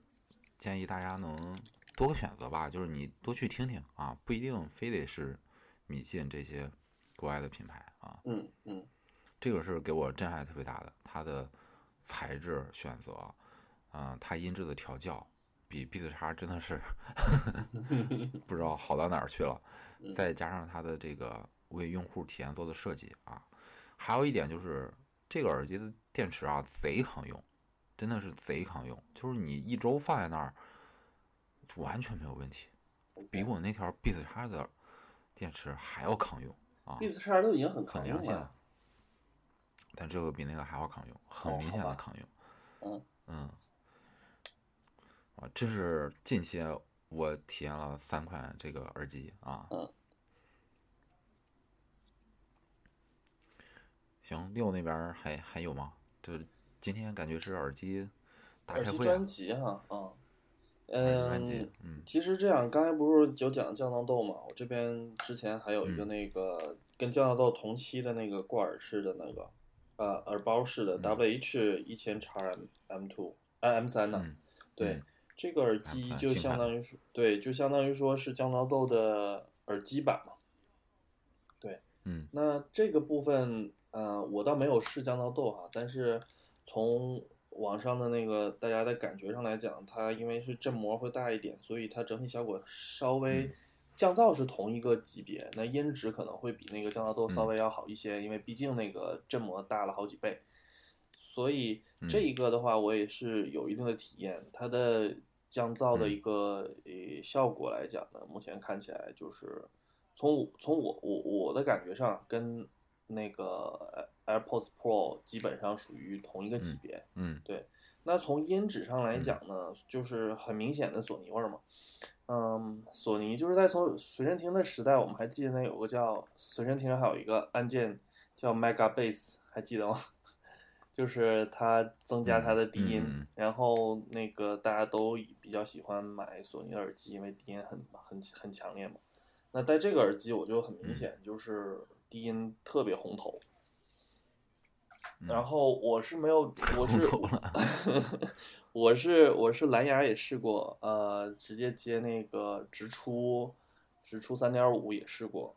[SPEAKER 1] 建议大家能多个选择吧，就是你多去听听啊，不一定非得是米信这些国外的品牌啊。
[SPEAKER 2] 嗯嗯
[SPEAKER 1] 这个是给我震撼特别大的，它的材质选择，嗯、它音质的调教，比 B 四叉真的是 不知道好到哪儿去了。
[SPEAKER 2] 嗯
[SPEAKER 1] 再加上它的这个为用户体验做的设计啊，还有一点就是这个耳机的电池啊贼扛用，真的是贼扛用，就是你一周放在那儿就完全没有问题，比我那条 B 四叉的电池还要扛用啊。
[SPEAKER 2] ，B 四叉都已经很
[SPEAKER 1] 很
[SPEAKER 2] 扛用
[SPEAKER 1] 良心
[SPEAKER 2] 了
[SPEAKER 1] 了。。但这个比那个还要抗用，很
[SPEAKER 2] 哦
[SPEAKER 1] 明显
[SPEAKER 2] 好
[SPEAKER 1] 的
[SPEAKER 2] 吧
[SPEAKER 1] 抗用。
[SPEAKER 2] 嗯
[SPEAKER 1] 嗯，啊，这是近期我体验了三款这个耳机啊。
[SPEAKER 2] 嗯
[SPEAKER 1] 行，六那边儿还还有吗？这今天感觉是耳机大
[SPEAKER 2] 耳
[SPEAKER 1] 开
[SPEAKER 2] 机
[SPEAKER 1] 会啊
[SPEAKER 2] 专，辑哈啊，
[SPEAKER 1] 耳机
[SPEAKER 2] 嗯，
[SPEAKER 1] 专辑，嗯
[SPEAKER 2] 其实这样，刚才不是有讲降噪豆嘛？我这边之前还有一个
[SPEAKER 1] 嗯
[SPEAKER 2] 那个、跟降噪豆同期的那个挂耳式的那个，呃，耳包
[SPEAKER 1] 嗯
[SPEAKER 2] 式的 WH 一千叉 M M two 呃 M 三呢？
[SPEAKER 1] 嗯，
[SPEAKER 2] 对，
[SPEAKER 1] 嗯
[SPEAKER 2] 这个耳机
[SPEAKER 1] 嗯
[SPEAKER 2] 就
[SPEAKER 1] 新
[SPEAKER 2] 相
[SPEAKER 1] 款的
[SPEAKER 2] 当于是对，就相当于说是降噪豆的耳机版嘛。
[SPEAKER 1] 嗯
[SPEAKER 2] 那这个部分，呃，我倒没有试降噪豆哈，但是从网上的那个大家的感觉上来讲，它因为是振膜会大一点，所以它整体效果稍微
[SPEAKER 1] 嗯
[SPEAKER 2] 降噪是同一个级别，那音质可能会比那个降噪豆稍
[SPEAKER 1] 嗯
[SPEAKER 2] 微要好一些，因为毕竟那个振膜大了好几倍。所以
[SPEAKER 1] 嗯
[SPEAKER 2] 这一个的话，我也是有一定的体验。它的降噪的
[SPEAKER 1] 嗯
[SPEAKER 2] 一个呃效果来讲呢，目前看起来就是从我从我我我的感觉上，跟那个呃 AirPods Pro 基本上属于同一个级
[SPEAKER 1] 嗯
[SPEAKER 2] 别。
[SPEAKER 1] 嗯
[SPEAKER 2] 那从音质上来讲呢，就是很明显的索尼味儿嘛。嗯，索尼就是在从随身听的时代，我们还记得那有个叫随身听上还有一个按键叫 Mega Bass，还记得吗？ 就是它增加它的低音，
[SPEAKER 1] 嗯嗯
[SPEAKER 2] 然后那个大家都比较喜欢买索尼的耳机，因为低音很很很强烈嘛。那戴这个耳机，我就很明显就是低音特别红头。
[SPEAKER 1] 嗯
[SPEAKER 2] 然后我是 没有，我是
[SPEAKER 1] 红头
[SPEAKER 2] 我是我是蓝牙也试过，呃，直接接那个直出，直出三点五也试过，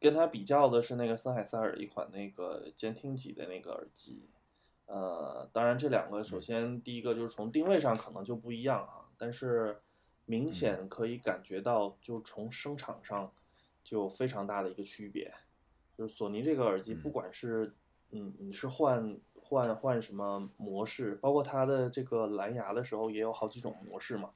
[SPEAKER 2] 跟它比较的是那个森海塞尔一款那个监听级的那个耳机，呃，当然这两个首先第一个就是从定位上可能就不一样哈，但是明显可以感觉到就从声场上就有非常大的一个区别，就是索尼这个耳机
[SPEAKER 1] 嗯
[SPEAKER 2] 不管是嗯你是换换换什么模式，包括它的这个蓝牙的时候也有好几种模式嘛，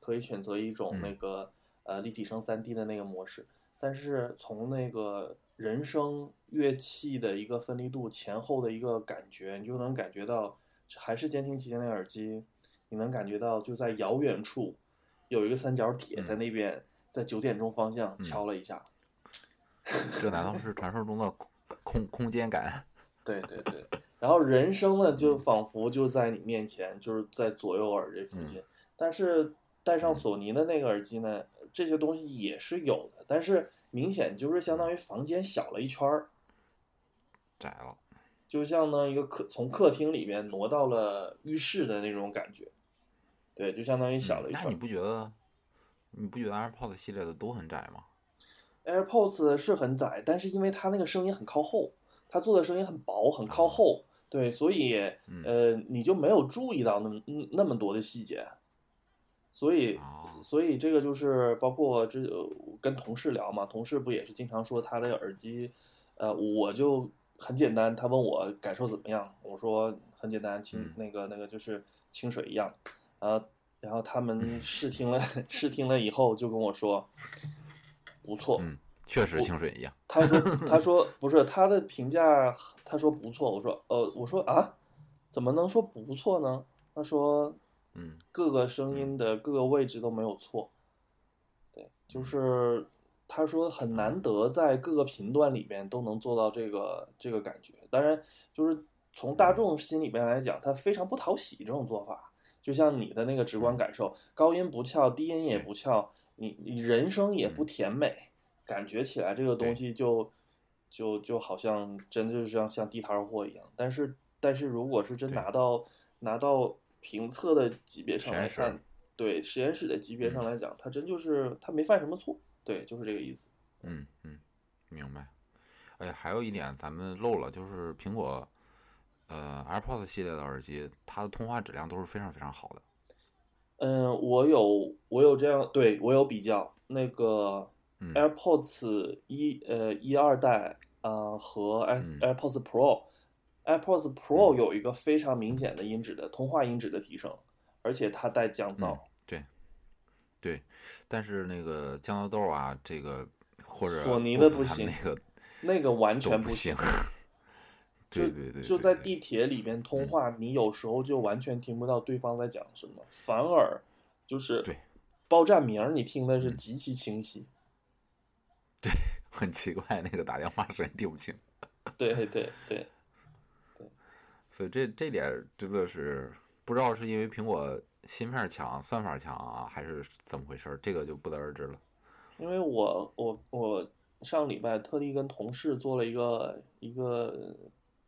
[SPEAKER 2] 可以选择一种
[SPEAKER 1] 嗯
[SPEAKER 2] 那个、呃立体声三 D 的那个模式，但是从那个人声乐器的一个分离度前后的一个感觉，你就能感觉到，还是监听级的那耳机，你能感觉到就在遥远处有一个三角铁在那边，在九点钟方向敲了一下。
[SPEAKER 1] 这难道是传说中的空空空间感？
[SPEAKER 2] 对对对，然后人声呢，
[SPEAKER 1] 嗯
[SPEAKER 2] 就仿佛就在你面前，就是在左右耳这附
[SPEAKER 1] 嗯
[SPEAKER 2] 近。但是戴上索尼的那个耳机呢，这些东西也是有的，但是明显就是相当于房间小了一圈儿。
[SPEAKER 1] 窄了，
[SPEAKER 2] 就像呢一个客从客厅里面挪到了浴室的那种感觉，对，就相当于小了一
[SPEAKER 1] 嗯
[SPEAKER 2] 圈
[SPEAKER 1] 那
[SPEAKER 2] 儿
[SPEAKER 1] 你。不觉得？你不觉得 AirPods 系列的都很窄吗？
[SPEAKER 2] AirPods 是很窄，但是因为它那个声音很靠后，它做的声音很薄，很靠后，对，所以
[SPEAKER 1] 啊嗯
[SPEAKER 2] 呃，你就没有注意到那么嗯那么多的细节，所以
[SPEAKER 1] 哦，
[SPEAKER 2] 所以这个就是包括这呃跟同事聊嘛，同事不也是经常说他的耳机，呃，我就很简单，他问我感受怎么样，我说很简单，清、
[SPEAKER 1] 嗯
[SPEAKER 2] 那个那个就是清水一样，啊，然后 他们试听了试听了以后就跟我说，不错，
[SPEAKER 1] 嗯确实清水一样，
[SPEAKER 2] 他说他说不是他的评价，他说不错，我说呃我说啊，怎么能说不错呢？他说
[SPEAKER 1] 嗯
[SPEAKER 2] 各个声音的各个位置都没有错。对，就是他说很难得在各个频段里边都能做到这个这个感觉。当然，就是从大众心里边来讲，他非常不讨喜这种做法。就像你的那个直观感受，高音不翘，低音也
[SPEAKER 1] 嗯对嗯
[SPEAKER 2] 不翘，你你人声也不甜美，感觉起来这个东西就就就好像真的就是像像地摊货一样。但是但是如果是真
[SPEAKER 1] 对
[SPEAKER 2] 拿到拿到评测的级别上
[SPEAKER 1] 实验
[SPEAKER 2] 来
[SPEAKER 1] 室嗯
[SPEAKER 2] 看，对实验室的级别上来讲，它真就是它没犯什么错，对，就是这个意思。
[SPEAKER 1] 嗯嗯，明白。哎，还有一点咱们漏了，就是苹果呃 AirPods 系列的耳机，它的通话质量都是非常非常好的。
[SPEAKER 2] 嗯，我有我有这样，对我有比较那个
[SPEAKER 1] 嗯
[SPEAKER 2] 哎 AirPods 一呃一二代啊、呃和 Air
[SPEAKER 1] 嗯
[SPEAKER 2] AirPods Pro。AirPods Pro
[SPEAKER 1] 嗯
[SPEAKER 2] 有一个非常明显的音质的通话音质的提升，而且它带降噪
[SPEAKER 1] 嗯，对，但是那个降噪豆啊，这个或者
[SPEAKER 2] 索尼的
[SPEAKER 1] Bose
[SPEAKER 2] 不
[SPEAKER 1] 他们
[SPEAKER 2] 行
[SPEAKER 1] 那个
[SPEAKER 2] 那个完
[SPEAKER 1] 都
[SPEAKER 2] 全
[SPEAKER 1] 不
[SPEAKER 2] 行
[SPEAKER 1] 行。 对对对，对
[SPEAKER 2] 就
[SPEAKER 1] 嗯
[SPEAKER 2] 在
[SPEAKER 1] 对
[SPEAKER 2] 地铁里边通话，你有时候就完全听不到对方在讲什么，反而就是
[SPEAKER 1] 对嗯
[SPEAKER 2] 报站名儿你听的是极其清晰。
[SPEAKER 1] 很奇怪，那个打电话声音听不清，
[SPEAKER 2] 对对对，
[SPEAKER 1] 所以这这点儿真的是不知道是因为苹果芯片儿强、算法儿强啊，还是怎么回事儿，这个就不得而知了。
[SPEAKER 2] 因为我我我上礼拜特地跟同事做了一个一个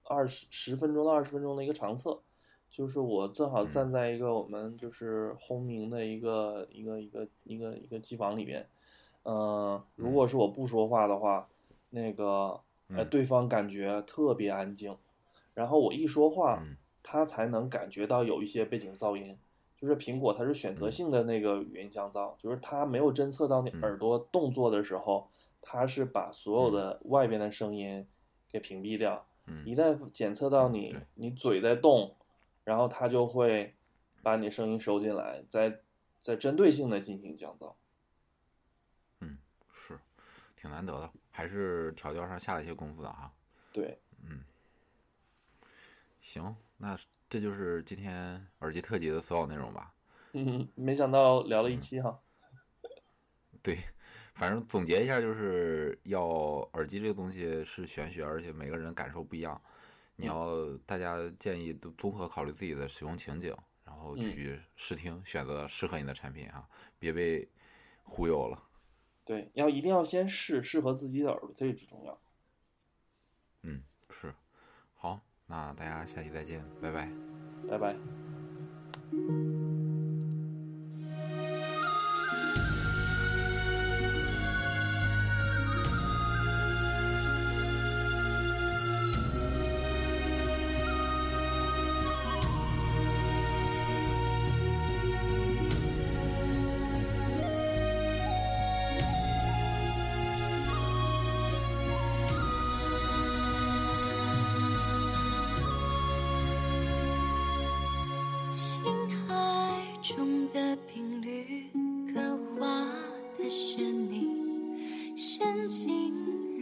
[SPEAKER 2] 二十十分钟到二十分钟的一个长测，就是我正好
[SPEAKER 1] 嗯
[SPEAKER 2] 站在一个我们就是轰鸣的一个一个一个一个一个机房里面，呃，如果是我不说话的话，那个呃
[SPEAKER 1] 嗯
[SPEAKER 2] 对方感觉特别安静，然后我一说话，
[SPEAKER 1] 嗯
[SPEAKER 2] 他才能感觉到有一些背景噪音。就是苹果它是选择性的那个语音降噪，就是它没有侦测到你
[SPEAKER 1] 嗯
[SPEAKER 2] 耳朵动作的时候，它是把所有的外边的声音给屏蔽掉。
[SPEAKER 1] 嗯
[SPEAKER 2] 一旦检测到你
[SPEAKER 1] 对
[SPEAKER 2] 你嘴在动，然后它就会把你声音收进来，再再针对性的进行降噪。
[SPEAKER 1] 嗯，是挺难得的，还是调教上下了一些功夫的哈。嗯
[SPEAKER 2] 对，
[SPEAKER 1] 行，那这就是今天耳机特辑的所有内容吧。
[SPEAKER 2] 嗯，没想到聊
[SPEAKER 1] 嗯
[SPEAKER 2] 了一期哈。
[SPEAKER 1] 对，反正总结一下，就是要耳机这个东西是玄学，而且每个人感受不一样。你
[SPEAKER 2] 嗯
[SPEAKER 1] 要大家建议都综合考虑自己的使用情景，然后
[SPEAKER 2] 嗯
[SPEAKER 1] 去试听，选择适合你的产品啊，别被忽悠了。
[SPEAKER 2] 对，要一定要先试适合自己的耳朵，这是最重要。
[SPEAKER 1] 嗯，是。好，那大家下期再见，拜拜。
[SPEAKER 2] 拜拜。
[SPEAKER 3] 心海中的频率，刻画的是你，深情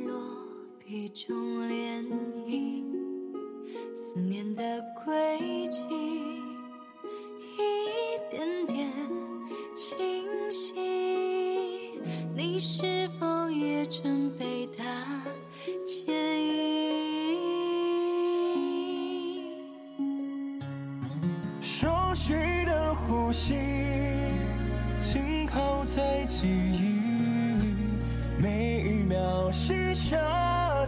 [SPEAKER 3] 落笔中涟漪，思念的轨迹，一点点清晰。你是否也曾被它牵引？
[SPEAKER 4] 熟悉的呼吸，停靠在记忆，每一秒许下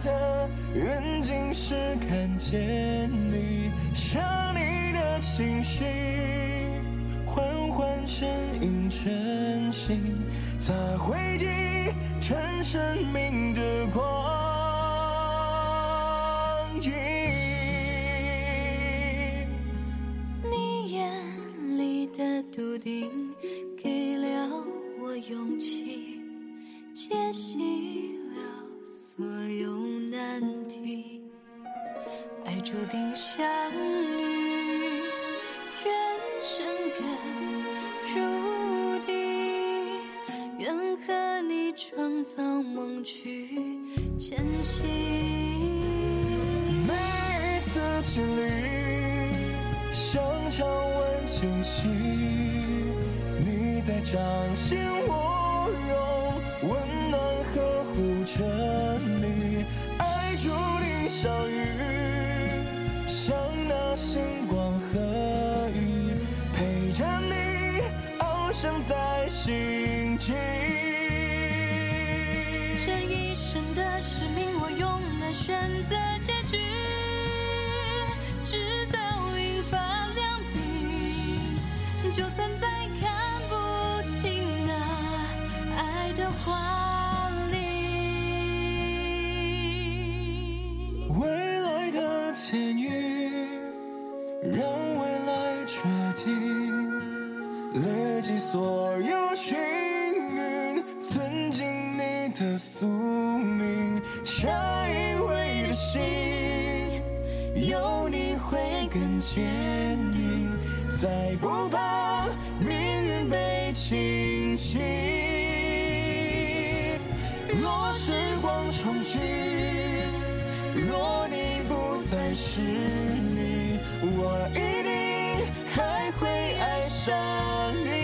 [SPEAKER 4] 的愿景是看见你，想你的情绪，缓缓成音旋珍惜，擦灰烬，趁生命的光影。
[SPEAKER 3] 你眼里的笃定，给了我勇气，解析了所有难题。爱注定相遇，缘深感入定，愿和你创造梦去前行。
[SPEAKER 4] 每一次经历，像常温清晰，你在掌心我拥，温暖呵护着你，爱注定相遇，像那星光和雨，陪着你翱翔在心际。
[SPEAKER 3] 这一生的使命，我永难选择结局，直到银发两鬓，就算再看不清那爱的华丽。
[SPEAKER 4] 未来的监狱，让未来决定，累积所有幸运，曾经你的宿命，下一位的心，有你会更坚定，再不怕命运被侵袭。若时光重聚。若你不再是你，我一定还会爱上你。